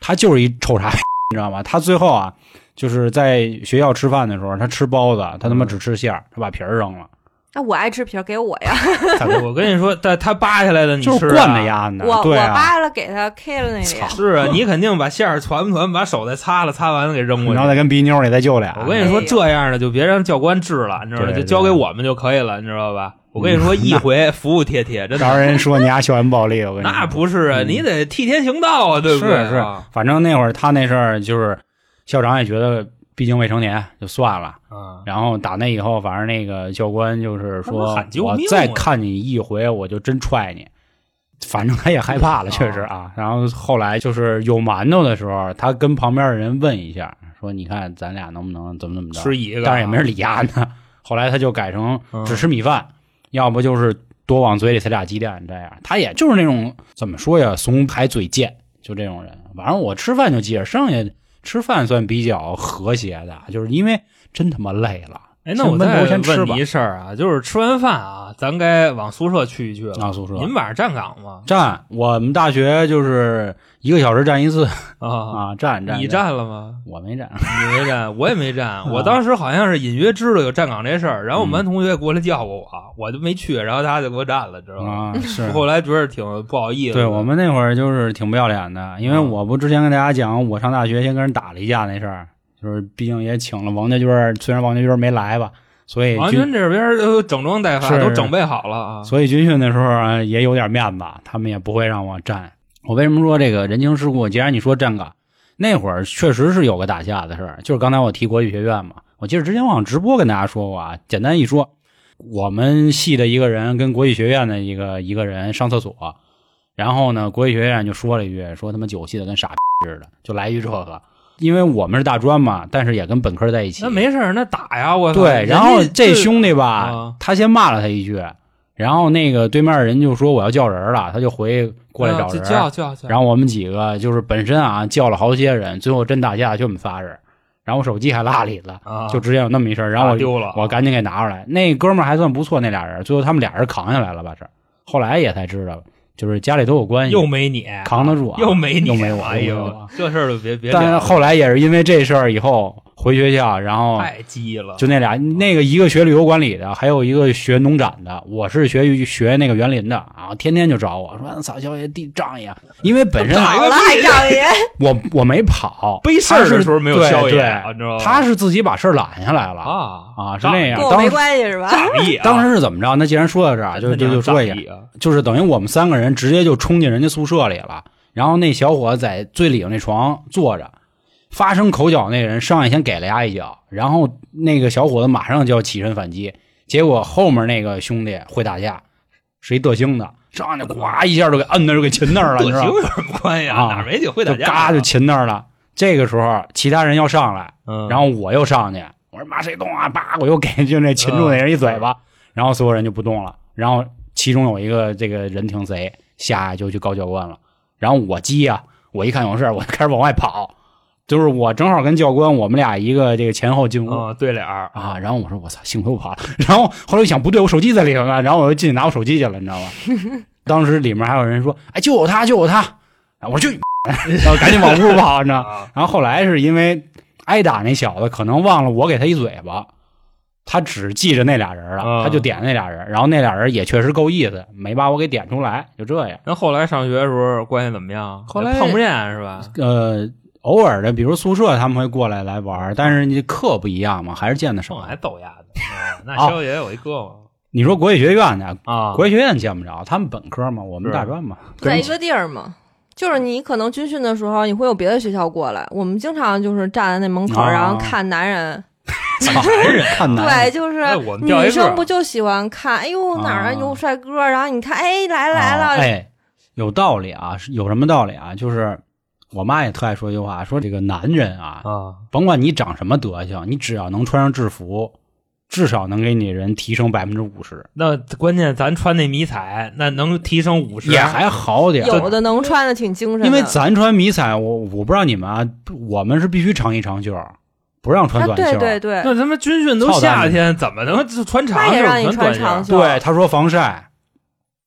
他就是一臭傻逼，你知道吗？他最后啊，就是在学校吃饭的时候，他吃包子，他他妈只吃馅儿，他把皮儿扔了，那我爱吃皮儿，给我呀！大哥我跟你说，但他扒下来的，你吃就啊是惯的呀，那我我对啊，扒了给他 K 了那 里，操是啊，你肯定把馅儿团不团，把手再擦了擦完了给扔过然后去。再跟逼妞里再救俩。我跟你说，哎呀这样的就别让教官治了，你知道吗？对就对交给我们就可以了，你知道吧？我跟你说，一回服服 帖帖，真到时候的人说你丫校园暴力，我跟你那说，不是啊，嗯你得替天行道啊，对不对啊？是是反正那会儿他那事儿就是校长也觉得，毕竟未成年就算了。啊，然后打那以后，反正那个教官就是他妈说喊，救我命啊再看你一回，我就真踹你。反正他也害怕了，确实嗯啊。然后后来就是有馒头的时候，他跟旁边的人问一下，说你看咱俩能不能怎么怎么着？吃一个，啊但是也没人理丫呢。后来他就改成嗯只吃米饭，要不就是多往嘴里塞俩鸡蛋这样。他也就是那种怎么说呀，怂还嘴贱，就这种人。反正我吃饭就记着，剩下吃饭算比较和谐的，就是因为真他妈累了。哎，那先我闷再头先吃问吧你一事儿啊，就是吃完饭啊，咱该往宿舍去一去了。啊，宿舍嗯您晚上站岗吗？站，我们大学就是一个小时站一次啊，啊，站站。你站？站了吗？我没站。你没站，我也没嗯站。我当时好像是隐约知道有站岗这事儿，然后我们班同学过来叫过我，我就没去，然后他就给我站了，知道吗？啊，是。后来觉得挺不好意思的。对我们那会儿就是挺不要脸的，因为嗯我不之前跟大家讲，我上大学先跟人打了一架那事儿，就是毕竟也请了王家军儿，虽然王家军儿没来吧，所以王军军这边儿都整装待发，是都准备好了啊。所以军训的时候啊也有点面子，他们也不会让我站。我为什么说这个人情世故？既然你说站岗，那会儿确实是有个打架的事儿，就是刚才我提国际学院嘛，我记得之前我好像直播跟大家说过啊，简单一说，我们系的一个人跟国际学院的一个一个人上厕所，然后呢，国际学院就说了一句，说他妈九系的跟傻逼似的，就来一句这个，因为我们是大专嘛，但是也跟本科在一起，那没事儿，那打呀，我操对，人然后家这兄弟吧，啊他先骂了他一句，然后那个对面人就说我要叫人了，他就回过来啊找就人。叫叫叫，然后我们几个就是本身啊叫了好些人，最后真打架就我们仨人，然后我手机还落里了，啊就之前有那么一事儿，然后打我丢了，我赶紧给拿出来。那哥们儿还算不错，那俩人最后他们俩人扛下来了吧？这后来也才知道，就是家里都有关系，又没你，扛得住、啊，又没你，又没我，哎又没我呦，这事儿就别别聊但是了，后来也是因为这事儿以后回学校，然后太鸡了，就那俩，那个一个学旅游管理的，还有一个学农展的。我是学学那个园林的啊，天天就找我说：“嗯操，小姐地仗义啊！”因为本身哪好个了还仗义，我我没跑， 背事儿的时候没有对消对炎啊，你知道吗？他是自己把事儿揽下来了啊啊是那样跟。我当没时关系是吧？仗义啊，当时是怎么着？那既然说到这儿，他就娘就就说一下仗，义啊，就是等于我们三个人直接就冲进人家宿舍里了。然后那小伙在最里头那床坐着，发生口角那人上来先给了他一脚，然后那个小伙子马上就要起身反击，结果后面那个兄弟会打架，是一德行的，上来呱一下就给摁那儿就给擒那儿了，你德知行道吗有什么关系啊哪儿没酒会打就架啊？嘎就擒那儿了。这个时候其他人要上来，嗯，然后我又上去，我说妈谁动啊？叭，我又给就那擒住那人一嘴嗯巴，然后所有人就不动了。然后其中有一个这个人挺贼，下来就去告教官了。然后我急啊，我一看有事儿，我就开始往外跑。就是我正好跟教官，我们俩一个这个前后进屋、嗯，对脸儿啊。然后我说我操，幸亏我跑了。 然后后来我一想不对，我手机在里头呢。然后我又进去拿我手机去了，你知 道吗？当时里面还有人说，哎，就我他，就我他。然后我说去你妈，然后赶紧往屋跑，你知道吗。啊，然后后来是因为挨打那小子可能忘了我给他一嘴巴，他只记着那俩人了，啊他就点那俩人，然后那俩人也确实够意思，没把我给点出来，就这样。那后来上学的时候关系怎么样？后来碰不见是吧？呃，偶尔的，比如宿舍他们会过来来玩，但是你课不一样嘛，还是见的上少。海揍丫的，嗯那啊肖爷有一哥们你说国际学院的，儿啊，国际学院见不着，他们本科嘛，我们是啊大专 嘛，在跟一个地儿嘛。就是你可能军训的时候，你会有别的学校过来。我们经常就是站在那门口，啊然后看男人。男人啊看男对，人，就是哎我们掉一女个生不就喜欢看？哎呦，哪儿啊啊有帅哥？然后你看，哎，来来啊了，哎，有道理啊，是有什么道理啊？就是我妈也特爱说一句话，说这个男人啊，啊，甭管你长什么德行，你只要能穿上制服，至少能给你人提升百分之五十，那关键咱穿那迷彩，那能提升五十，也还好点儿。有的能穿的挺精神的。因为咱穿迷彩，我我不知道你们啊，我们是必须长衣长袖，不让穿啊，短对袖。对对，那他妈军训都操蛋夏天，怎么能穿长那袖？也让你短穿袖长袖。对，他说防晒，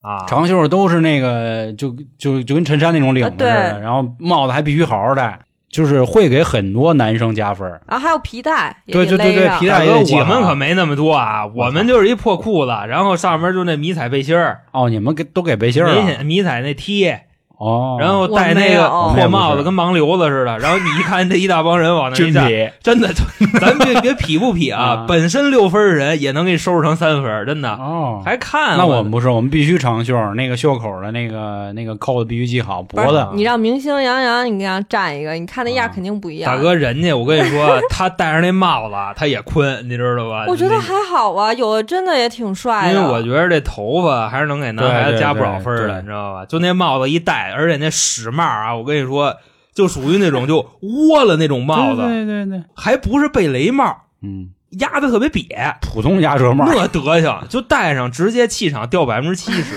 啊？长袖都是那个就就就跟衬衫那种领子似啊的，对然后帽子还必须好好戴，就是会给很多男生加分儿。然后还有皮带，也对得对对勒对上皮带大也哥，得系我们好可没那么多啊，我们就是一破裤子，然后上面就那迷彩背心儿，哦，你们给都给背心儿啊迷了彩迷彩那 T，哦，然后戴那个我没有破帽子跟盲流子似的，然后你一看这一大帮人往那一军站，体真的， 咱别别匹不匹啊啊？本身六分的人也能给你收拾成三分，真的哦，还看啊那我我们不是，我们必须长袖，那个袖口的那个那个扣子必须系好，脖不子是你让明星杨洋，你给他站一个，你看那啊样肯定不一样。大，哥，人家我跟你说，啊他戴上那帽子啊他也坤，你知道吧？我觉得啊还好啊，有的真的也挺帅因的。为我觉得这头发还是能给男孩子加不少分对对儿对的，你知道吧？就那帽子一戴，而且那屎帽啊，我跟你说，就属于那种就窝了那种帽子，对对对，还不是贝雷帽，嗯，压的特别瘪，普通鸭舌帽，那德行就戴上直接气场掉百分之 七十，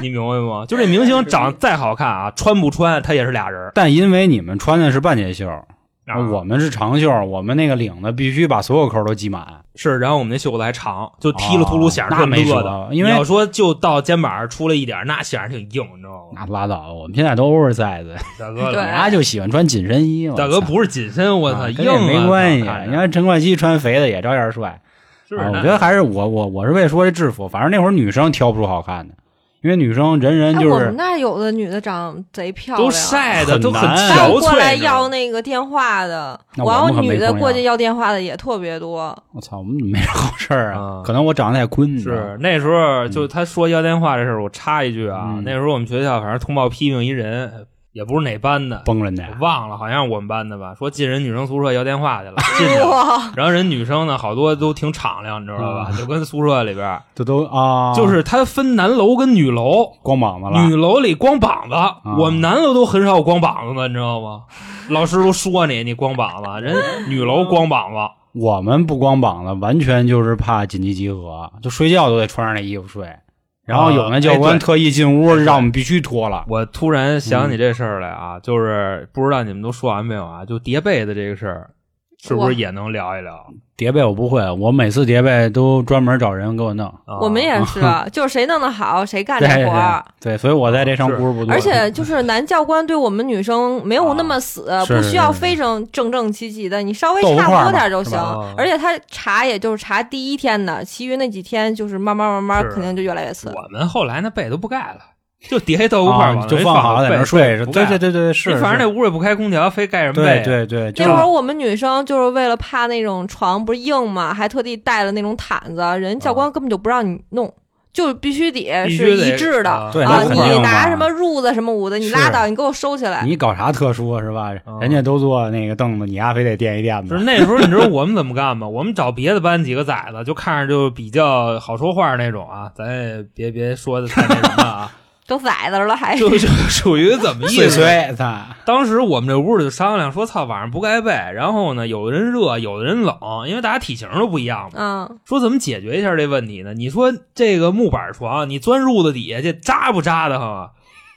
你明白吗？就这明星长再好看啊，穿不穿他也是俩人儿。但因为你们穿的是半截袖，啊我们是长袖，我们那个领子必须把所有扣都系满，是，然后我们那袖子还长，就踢了秃噜显哦着那挺没热辙的。因为你要说就到肩膀出来一点儿，那显着挺硬，你知道吗？那拉倒，我们现在都 oversize，大 哥，人对家就喜欢穿紧身衣，大哥不是紧身，我我操，操，硬跟这啊没关系。看着你啊看陈冠希穿肥的也照样帅，是啊啊我觉得还是我我我是为了说这制服，反正那会儿女生挑不出好看的，因因为女生人人哎，就我们是那儿有的女的长贼漂亮，都晒的很都很难啊还憔有过来悴要呢。那个电话的，那然我后们可没女的朋友过去要电话的也特别多。我操，我们没啥好事儿啊啊，可能我长得太坤，你知道吗是那时候就他说要电话这事儿，我插一句啊，嗯那时候我们学校反正通报批评一人，也不是哪班的，崩人家我，忘了，好像我们班的吧，说进人女生宿舍要电话去 了，进哎去了。哇，然后人女生呢，好多都挺敞亮，你知道吧？就跟宿舍里边儿，这都啊，就是它分男楼跟女楼，光膀子女了，楼里光膀子，我们男楼都很少有光膀子的，你知道 吗？老师都说你，你光膀子，人女楼光膀子，我们不光膀子，完全就是怕紧急集合，就睡觉都得穿上那衣服睡。然后有啊那教哎官对嗯特意进屋，对让我们必须脱了。我突然想起这事儿来啊，就是不知道你们都说完没有啊？就叠被子这个事儿，是不我是也能聊一聊？叠被我不会，我每次叠被都专门找人给我弄。啊我们也是，就是谁弄得好谁干这对活儿。对，所以我在这上是不是不多。而且就是男教官对我们女生没有那么死，啊不是需要是是非常正正气气的，你稍微斗个差块不儿多嘛点儿就是行吧啊。而且他查也就是查第一天的，其余那几天就是慢慢慢慢啊是肯定就越来越死。我们后来那被都不盖了，就叠一豆腐块儿啊，往就那一放好在被那儿睡。不盖对了对对对，是。你反正是那屋也不开空调，非盖什么被对啊。对对，就那是会儿我们女生就是为了怕那种床不是硬嘛，还特地带了那种毯子，人教官根本就不让你弄，就必须得必哎是须得一致的。对啊那，肯你定的拿什么褥子什么捂的，你是拉倒，你给我收起来。你搞啥特殊是吧啊？人家都坐那个凳子，你丫非得垫一垫就子是。那时候，你知道我们怎么干吗？我们找别的班几个崽子，就看着就比较好说话那种啊，咱也别别说的太那什么 啊，都崽子了还就就属于怎么意碎思？碎，操！当时我们这屋里就商量说，操，晚上不盖被，然后呢，有的人热，有的人冷，因为大家体型都不一样嘛。 嗯，说怎么解决一下这问题呢？你说这个木板床，你钻褥子底下去扎不扎的慌啊？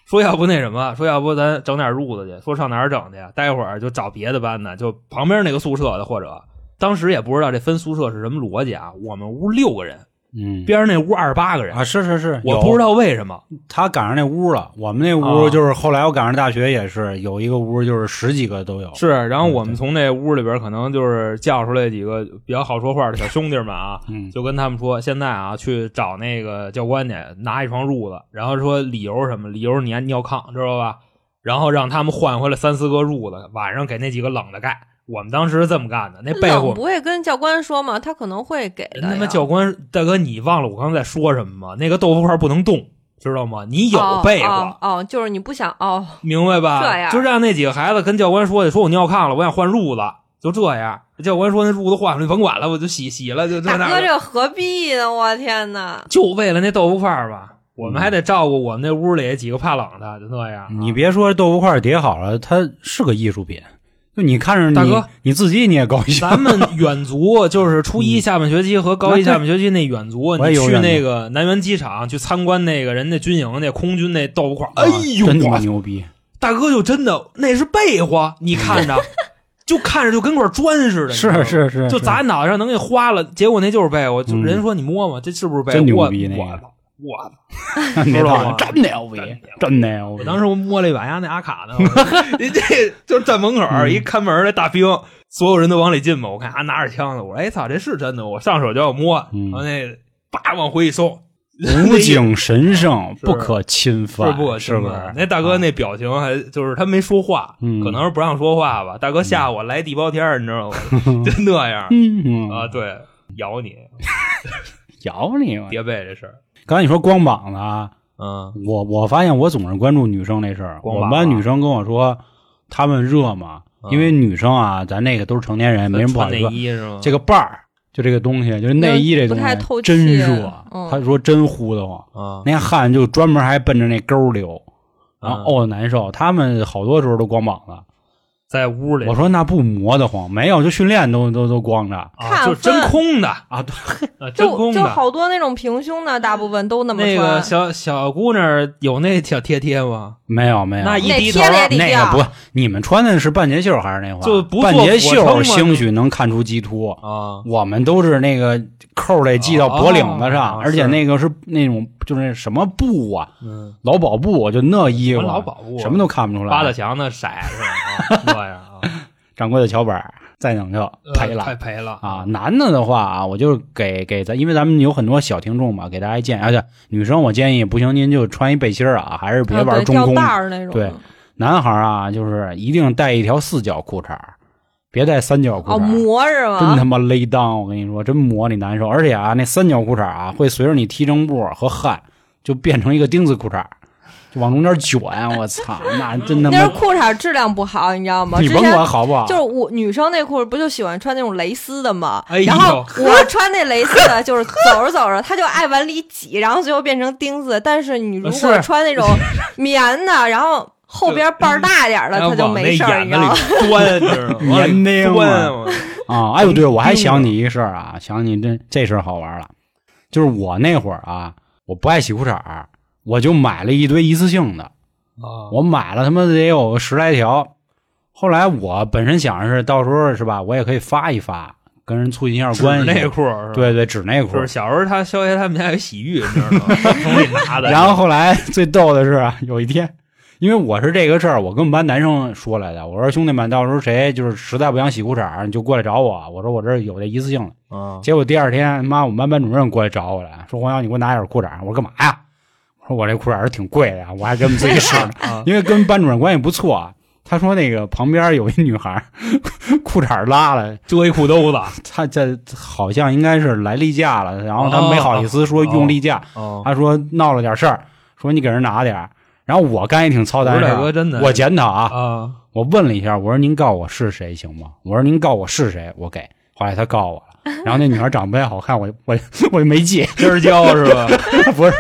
说要不那什么，说要不咱整点褥子去，说上哪儿整去？待会儿就找别的班的，就旁边那个宿舍的，或者当时也不知道这分宿舍是什么逻辑啊。我们屋六个人，嗯，边上那屋二十八个人，啊，是是是，我有不知道为什么他赶上那屋了。我们那啊屋就是后来我赶上大学也是有一个屋，就是十几个都有。是。然后我们嗯对从那屋里边可能就是叫出来几个比较好说话的小兄弟们啊，嗯，就跟他们说，现在啊，去找那个教官去拿一床褥子，然后说理由是什么？理由是你爱尿炕，知道吧？然后让他们换回来三四个褥子，晚上给那几个冷的盖。我们当时是这么干的，那被冷褥不会跟教官说嘛，他可能会给的人呀。他妈教官大哥，你忘了我刚才在说什么吗？那个豆腐块不能动，知道吗？你有被哦窝，哦哦，就是你不想哦，明白吧？这样就让那几个孩子跟教官说去，说我尿炕了，我想换褥子，就这样。教官说那褥子换了，你甭管了，我就洗洗了，就这大那哥的。这何必呢？我天哪！就为了那豆腐块儿嗯吧，我们还得照顾我们那屋里几个怕冷的，就那样啊。你别说豆腐块儿叠好了，它是个艺术品。就你看着你大哥你自己你也高兴。 咱们远足就是初一下半学期和高一下半学期那远足，那对你我也有去远足那个南苑机场去参观那个人家军营那空军那豆腐块儿，啊哎呦 真他妈我牛逼！大哥就真的那是被窝，你 看着就看着就跟块砖似的，你知道吗是。是是，就是砸脑袋上能给花了，结果那就是被窝。就嗯人说你摸摸，这是不是被窝？真牛我逼那个我操我操那知道套吗真牛逼，真牛逼！我当时我摸了一把丫那阿卡呢，我 人这就是站门口儿嗯一看门儿的大兵，所有人都往里进嘛。我看啊拿着枪的，我说哎操，这是真的，我上手就要摸，嗯然后那叭往回一收，无景神圣，是不可侵犯，是不可是侵不犯是？那大哥啊那表情还就是他没说话，嗯可能是不让说话吧。大哥吓我来地包天儿，你 知道吗？就那样嗯嗯啊，对，咬你咬你吧！叠被这事儿，刚才你说光膀子啊，嗯我我发现我总是关注女生那事儿。光我们膀班子女生跟我说，她们热嘛，嗯因为女生啊，咱那个都是成年人，没什么不好穿内说。衣是吗？这个瓣儿，就这个东西，就是内衣这东不太透西，气真热嗯。她说真呼得慌，啊，那汗就专门还奔着那沟流，然后嗯呕的难受。她们好多时候都光膀子。在屋里我说那不磨得慌，没有，就训练都都都光着啊，看就是真分空的啊，对 啊，真就空就的。好多那种平胸的，大部分都那么那个穿。小小姑娘有那小贴贴吗？没有没有，那一那低头贴了也得那掉。个不，你们穿的是半截袖还是那话？就不做半截袖，俯冲嘛兴许能看出鸡突。啊，我们都是那个扣儿得系到脖领子上，哦哦而且是那个是那种就是那什么布啊，嗯，劳保布，就那衣服，啊我老保护啊什么都看不出来。 扒到墙那色是吧？啊这样啊，掌柜的桥本儿，再整就呃赔了。太赔了啊，！男的的话啊，我就是给给咱，因为咱们有很多小听众嘛，给大家建议，而且女生我建议不行，您就穿一背心儿啊，还是别啊玩对中吊空。带儿那种。对男孩儿啊，就是一定带一条四角裤衩儿，别带三角裤衩哦，儿。磨是真他妈吗？勒裆，我跟你说，真磨你难受。而且啊，那三角裤衩啊，会随着你踢正步和汗，就变成一个钉子裤衩，就往中间卷。我 操，那真他那是妈，裤衩质量不好，你知道吗？你之甭前管好不好，就是我女生内裤不就喜欢穿那种蕾丝的吗？哎呦然后我穿那蕾丝的， 就是走着走着，它就爱往里挤，然后最后变成钉子。但是你如果啊是穿那种棉的，然后后边瓣儿 大点儿的，然后它就哎往那没事儿，眼你子知道里吗？ 钻，你知道吗？往里棉钉钻嘛我啊！哎呦，对，我还想起一个事儿啊，想起这这事儿好玩了，就是我那会儿啊，我不爱洗裤衩儿，我就买了一堆一次性的，啊我买了他妈得有十来条。后来我本身想着是到时候是吧，我也可以发一发，跟人促进一下关纸系。内裤是吧，对对，纸内裤就是小时候他肖爷他们家有洗浴，你知 道吗？从里拿的。然后后来最逗的是啊，有一天，因为我是这个事儿，我跟我们班男生说来的。我说兄弟们，到时候谁就是实在不想洗裤衩儿，你就过来找我。我说我这儿有这一次性的。啊，结果第二天，妈，我们班班主任过来找我来说：“黄瑶，你给我拿点裤衩儿。”我说：“干嘛呀？”我说：“我这裤衩儿挺贵的呀，我还跟我们自己试呢啊，因为跟班主任关系不错啊。”他说：“那个旁边有一女孩儿，裤衩儿拉了，遮一裤兜子。她这好像应该是来例假了，然后她没好意思说用例假，哦，他说闹了点事儿，说你给人拿点儿。然后我干一挺操蛋的事不是大哥儿，真的我检讨啊，啊，我问了一下，我说您告我是谁行吗？我说您告我是谁，我给。后来他告我了，然后那女孩长得不太好看，我我我就没记， 今儿教是吧？不是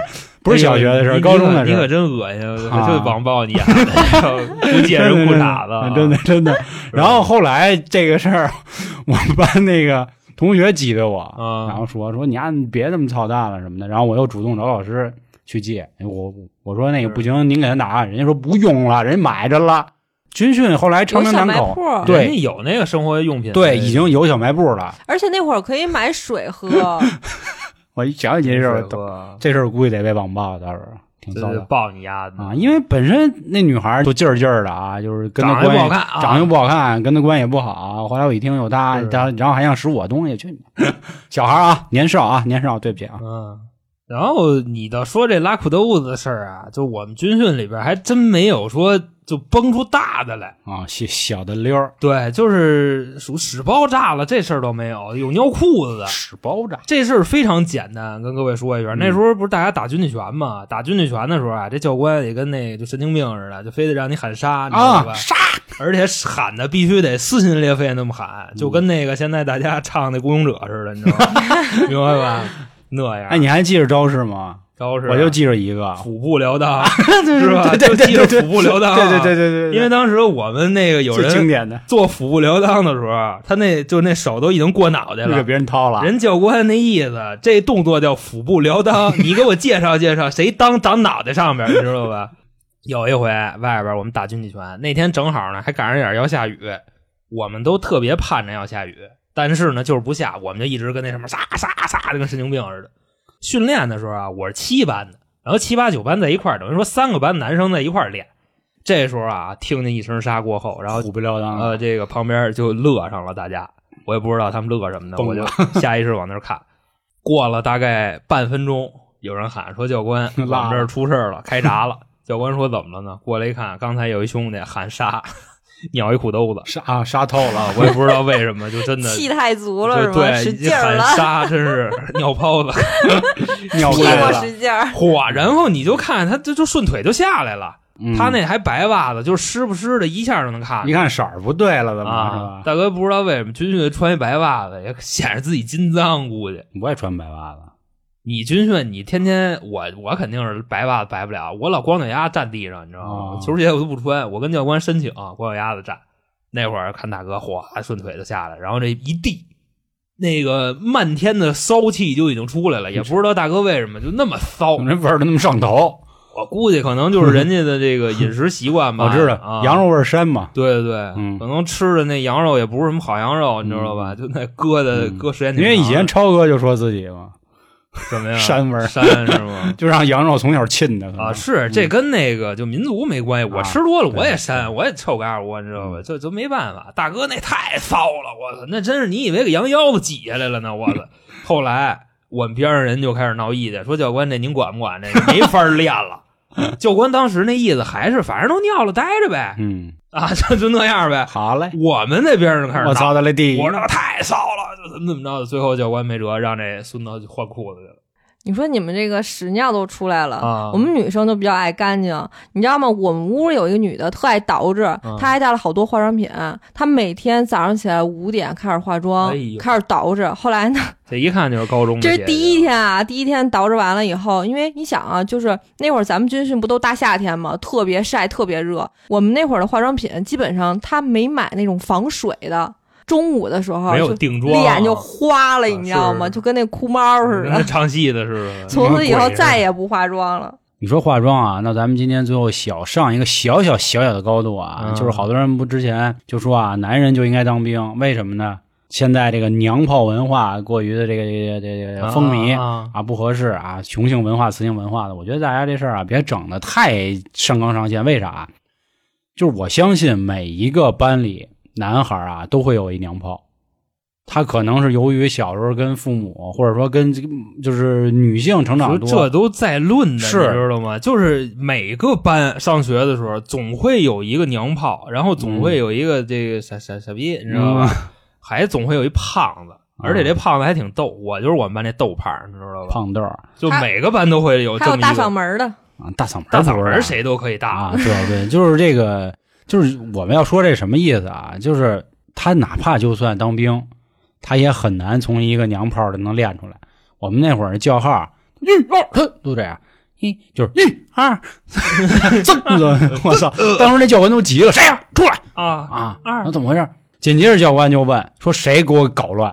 不是小学的事哎儿，呦高中的你事可你可儿。真恶心，我啊就网暴你啊， 不借人裤衩子，啊 真的真 的。然后后来这个事儿，我们班那个同学挤兑我，啊然后说说你啊，你别那么操蛋了什么的。然后我又主动找老师去借，哎我我说那个是不行，您给他拿，人家说不用了，人家买着了。军训后来长有城小南卖口，铺儿，对啊人家有那个生活用品，对，已经有小卖部了。而且那会儿可以买 水喝。我一想起这没事事儿，我这事儿估计得被网暴，到时候挺这糟是的抱你丫的啊。因为本身那女孩儿就劲儿劲儿的啊，就是跟长他得不关系。好看啊，长得又不好看，跟他关系也不好。后来我一听有他是，他然后还想使我东西，去 你妈小孩儿啊，年少啊，年少，对不起啊，嗯，然后你倒说这拉裤兜子的事儿啊，就我们军训里边还真没有说就崩出大的来。啊，小小的溜儿，对，就是属屎包炸了，这事儿都没有，有尿裤子的。屎包炸。这事儿非常简单，跟各位说一下。嗯那时候不是大家打军体拳嘛？打军体拳的时候啊，这教官也跟那个就神经病似的，就非得让你喊杀，你知道吧？啊杀！而且喊的必须得撕心裂肺那么喊，嗯就跟那个现在大家唱那《孤勇者》似的，你知道吗？ 明白吧？那样。哎，你还记着招式吗？招式啊，我就记着一个，腹部撩裆， 对是吧？对就对记着对腹部撩裆，对对对对对，因为当时我们那个有最经人典的做腹部撩裆的时候，啊他那就那手都已经过脑袋就给了。别人掏了，人教官那意思，这动作叫腹部撩 裆，你给我介绍介绍，谁裆长脑袋上边，你知道吧？ 有一回外边我们打军体拳，那天正好呢，还赶上点要下雨，我们都特别盼着要下雨，但是呢就是不下，我们就一直跟那什么杀杀杀的跟神经病似的。训练的时候啊，我是七班的，然后七八九班在一块儿，等于说三个班男生在一块儿练。这时候啊，听见一声杀过后，然后虎不撩裆呃，的，这个旁边就乐上了，大家我也不知道他们乐什么呢，蹦我就下意识往那儿看。过了大概半分钟，有人喊说：“ 教官，我拉们这儿了出事儿了，开闸了。” 教官说：“怎么了呢？”过来一看，刚才有一兄弟喊杀， 尿一裤兜子杀啊杀透了，啊！我也不知道为什么，就真的 气太足了就是吗？对使劲儿喊了，杀，真 是尿泡子。 尿屁过来来股了。使劲儿。嚯！然后你就看他，这就顺腿就下来了。嗯他那还白袜子，就是湿不湿的，一下就能看。一看色儿不对了，怎么是啊，吧？大哥不知道为什么军训穿一白袜子，也显着自己金脏，估计。我也穿白袜子，你军训，你天天我我肯定是白袜子白不了，我老光脚丫站地上，你知道吗？哦球鞋我都不穿，我跟教官申请、啊、光脚丫子站。那会儿看大哥哗顺腿就下来，然后这一地那个漫天的骚气就已经出来了，也不知道大哥为什么就那么骚。人味儿都那么上头。我估计可能就是人家的这个饮食习惯 吧。我知啊道，羊肉味儿深嘛，对对对，嗯可能吃的那羊肉也不是什么好羊肉，你知道吧？就那搁的嗯搁时间挺因为以长前的超哥就说自己嘛，什么呀？膻味儿膻是吗？就让羊肉从小浸的可能啊，是这跟那个就民族没关系，我嗯啊吃多了我也对嗯膻，我也臭嘎儿窝，你知道吧？这这没办法，大哥那太骚了，我操，那真是你以为给羊腰子挤下来了呢，我 操！后来我们边上人就开始闹意见，说教官这您管不管这个没法儿 练了。教官当时那意思还是反正都尿了，待着呗，嗯，啊，就就那样呗。好嘞，我们那边儿就开始我闹，操他嘞地，我说太骚了，就怎么怎么着的。最后教官没辙，让这孙子换裤子去了。你说你们这个屎尿都出来了，啊我们女生都比较爱干净，你知道吗？我们屋有一个女的特爱捯饬，嗯她还带了好多化妆品，她每天早上起来五点开始化妆，哎呦开始捯饬。后来呢，这一看就是高中的这姐姐，是第一天啊，第一天捯饬完了以后，因为你想啊，就是那会儿咱们军训不都大夏天嘛，特别晒，特别热。我们那会儿的化妆品基本上她没买那种防水的，中午的时候没有就定妆啊，脸就花了，啊你知道吗？是就跟那哭猫 似的。那唱戏的是不是？ 从此以后鬼似的再也不化妆了。你说化妆啊，那咱们今天最后小上一个小小小小的高度啊，嗯就是好多人不之前就说啊，男人就应该当兵，为什么呢？现在这个娘炮文化过于的这个这个这个这个风靡。啊啊，不合适啊！雄性文化、雌性文化的，我觉得大家这事儿啊，别整的太上纲上线。为啥？啊就是我相信每一个班里男孩啊，都会有一娘炮。他可能是由于小时候跟父母，或者说跟这个就是女性成啊长说多，这都在论的，是你知道吗？就是每个班上学的时候，总会有一个娘炮，然后嗯总会有一个这个傻傻傻逼，你知道吧？还总会有一胖子，而且这胖子还挺逗。我就是我们班那逗胖儿，你知道吧？嗯胖豆儿就还每个班都会有哦这还有么大一嗓个门的，啊，大嗓门大儿嗓不门是儿，谁都可以啊？大。对对，就是这个，就是我们要说这什么意思啊？就是他哪怕就算当兵，他也很难从一个娘炮儿的能练出来。我们那会儿叫号儿一二，他都这样。一就是嗯一二， 这我操！当时那教官都急了，谁呀？出来啊啊！呃二那怎么回事？紧接着教官就问说：“谁给我搞乱？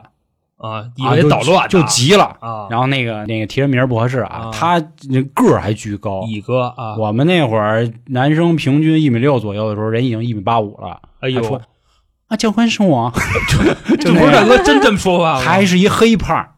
啊！以啊为就捣乱就呢急了。啊”，然后那个那个提人名儿不合适啊啊，他那个儿还巨高，乙哥啊，我们那会儿男生平均一米六左右的时候，人已经一米八五了。哎还呦说，啊，教官是我，就这就不是那大样哥真这么说话吗？还是一黑胖儿，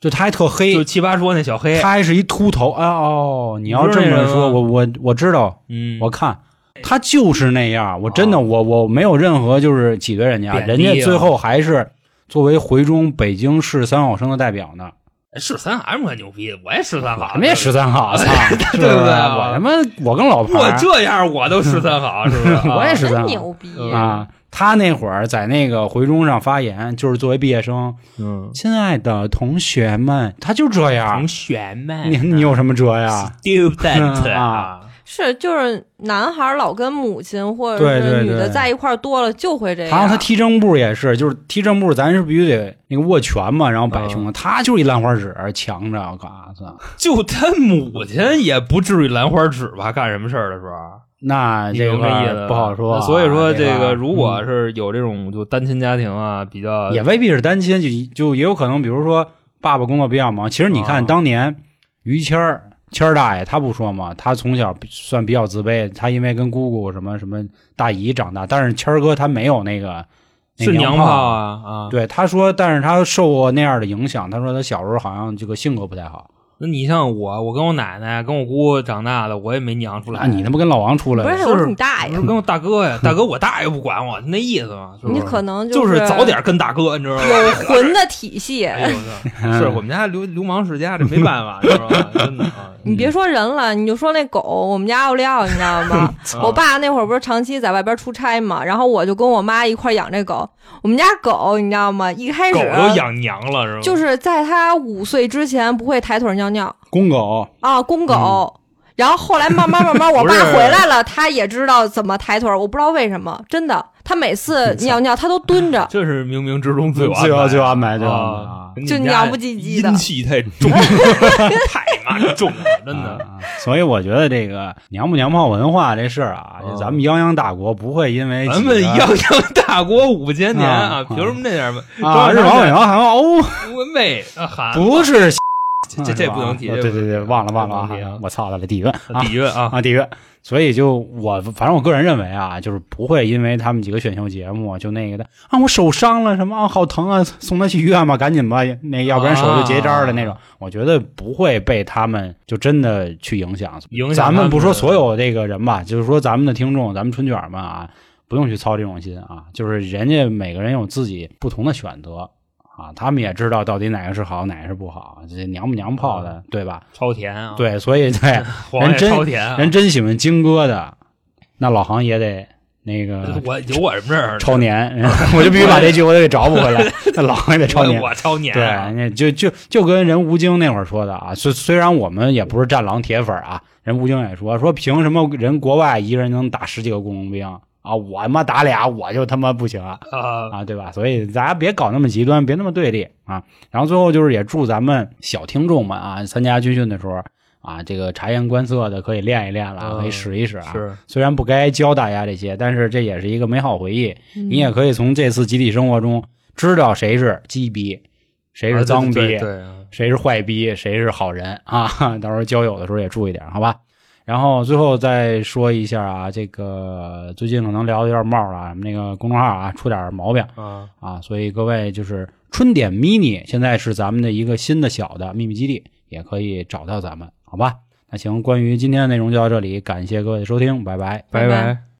就他还特就黑，奇葩说那小黑，他还是一秃头。啊哦，你要你知这道那么人说，吗我我我知道，嗯，我看他就是那样。我真啊的，我我没有任何就是挤兑人家，贬人低家啊最后还是作为回中北京市三好生的代表呢。是三 M 很牛逼，我也十三好，我们也十三好，操，是不对是？不对啊我他妈，我跟老对婆吧，我这样我都十三好，是不是？啊 我也是的真牛逼啊，他那会儿在那个回中上发言，就是作为毕业生，嗯，亲爱的同学们，他就这样同，学们，啊啊你你有什么辙呀？ student 嗯啊啊，是就是男孩老跟母亲或者对对是对女的在一块儿多了就会这样。然后他踢正步也是，就是踢正步，咱是必须得那个握拳嘛，然后摆嗯胸，他就是一兰花指强着，我操！就他母亲也不至于兰花指吧？干什么事儿的时候，那你这明块白意儿思不好说啊。所以说，这这块个儿如果嗯是有这种就单亲家庭啊，比较也未必是单亲，就就也有可能，比如说爸爸工作比较忙。其实你啊看，当年于谦儿谦儿大爷他不说嘛，他从小算比较自卑，他因为跟姑姑什么什么大姨长大，但是谦儿哥他没有那个那是娘娘炮炮。啊啊。对，他说，但是他受过那样的影响。他说他小时候好像这个性格不太好。那你像我，我跟我奶奶、跟我姑长大的，我也没娘出来。啊，你他妈跟老王出来不了是，我说你大爷不，是跟我大哥呀，大哥我大爷不管我，那意思嘛，是不你是？可能就是早点跟大哥，你知道吗？有魂的体 系。哎呦，我 操是我们家流流氓世家，这没办法，你知道吗？真的 啊，你别说人了，你就说那狗，我们家奥利奥，你知 道啊吗？我爸那会儿不是长期在外边出差嘛，然后我就跟我妈一块儿养这狗。我们家狗，你知道吗？一开狗始都养娘了是吗？啊就是在它五岁之前不会抬腿尿尿，公狗啊，公狗。然后后来慢 慢慢慢，我嗯不爸是，回来了，他也知道怎么抬腿儿，我不知道为什么，真的，他每次尿尿他都蹲着这是冥冥之中自有自有安排自有安排自有安排啊啊！你就们家鸟不唧唧的阴气太 重，太妈重了，真的。啊所以我觉得这个娘不娘炮文化这事儿啊，啊咱们泱泱大国不会因为咱几们个泱泱大国五千年啊啊，凭什么那点儿啊，中日央王大伟学王韩王欧文媚啊喊不是这这不能提，对对对，忘了忘了不能提啊啊！我操了，底蕴啊底蕴啊，啊底蕴。所以就我反正我个人认为啊，就是不会因为他们几个选秀节目就那个的啊，我手伤了什么啊，好疼啊，送他去医院吧，赶紧吧，那要不然手就结扎了那啊种。我觉得不会被他们就真的去影响。影响咱他们们不说所有这个人吧，就是说咱们的听众，咱们春卷们啊，不用去操这种心啊，就是人家每个人有自己不同的选择。啊，他们也知道到底哪个是好，哪个是不好，这娘不娘炮的，对吧？超甜啊，，对，所以对， 黄也人真超甜啊，人真喜欢金哥的，那老航也得那 个呃我有我什么事儿呢？啊超年，我就必须把这句我得给找补回来。那老航也得超年我，我超年对，啊，那就就就跟人吴京那会儿说的啊，虽虽然我们也不是战狼铁粉啊，人吴京也说说凭什么人国外一个人能打十几个工农兵啊，我他妈打俩我就他妈不行啊，啊，啊，对吧？所以大家别搞那么极端，别那么对立啊。然后最后就是也祝咱们小听众们啊，参加军训的时候啊，这个察言观色的可以练一练了啊，嗯可以试一试啊。是虽然不该教大家这些，但是这也是一个美好回忆。嗯嗯你也可以从这次集体生活中知道谁是鸡逼，谁啊是对脏逼，对对啊谁是坏逼，谁是好人啊？ 到时候交友的时候也注意点，好吧？然后最后再说一下啊，这个最近可能聊的有点冒了啊，我们那个公众号啊出点毛病啊，啊，所以各位就是春点 mini 现在是咱们的一个新的小的秘密基地，也可以找到咱们，好吧？那行，关于今天的内容就到这里，感谢各位的收听，拜拜。拜拜拜拜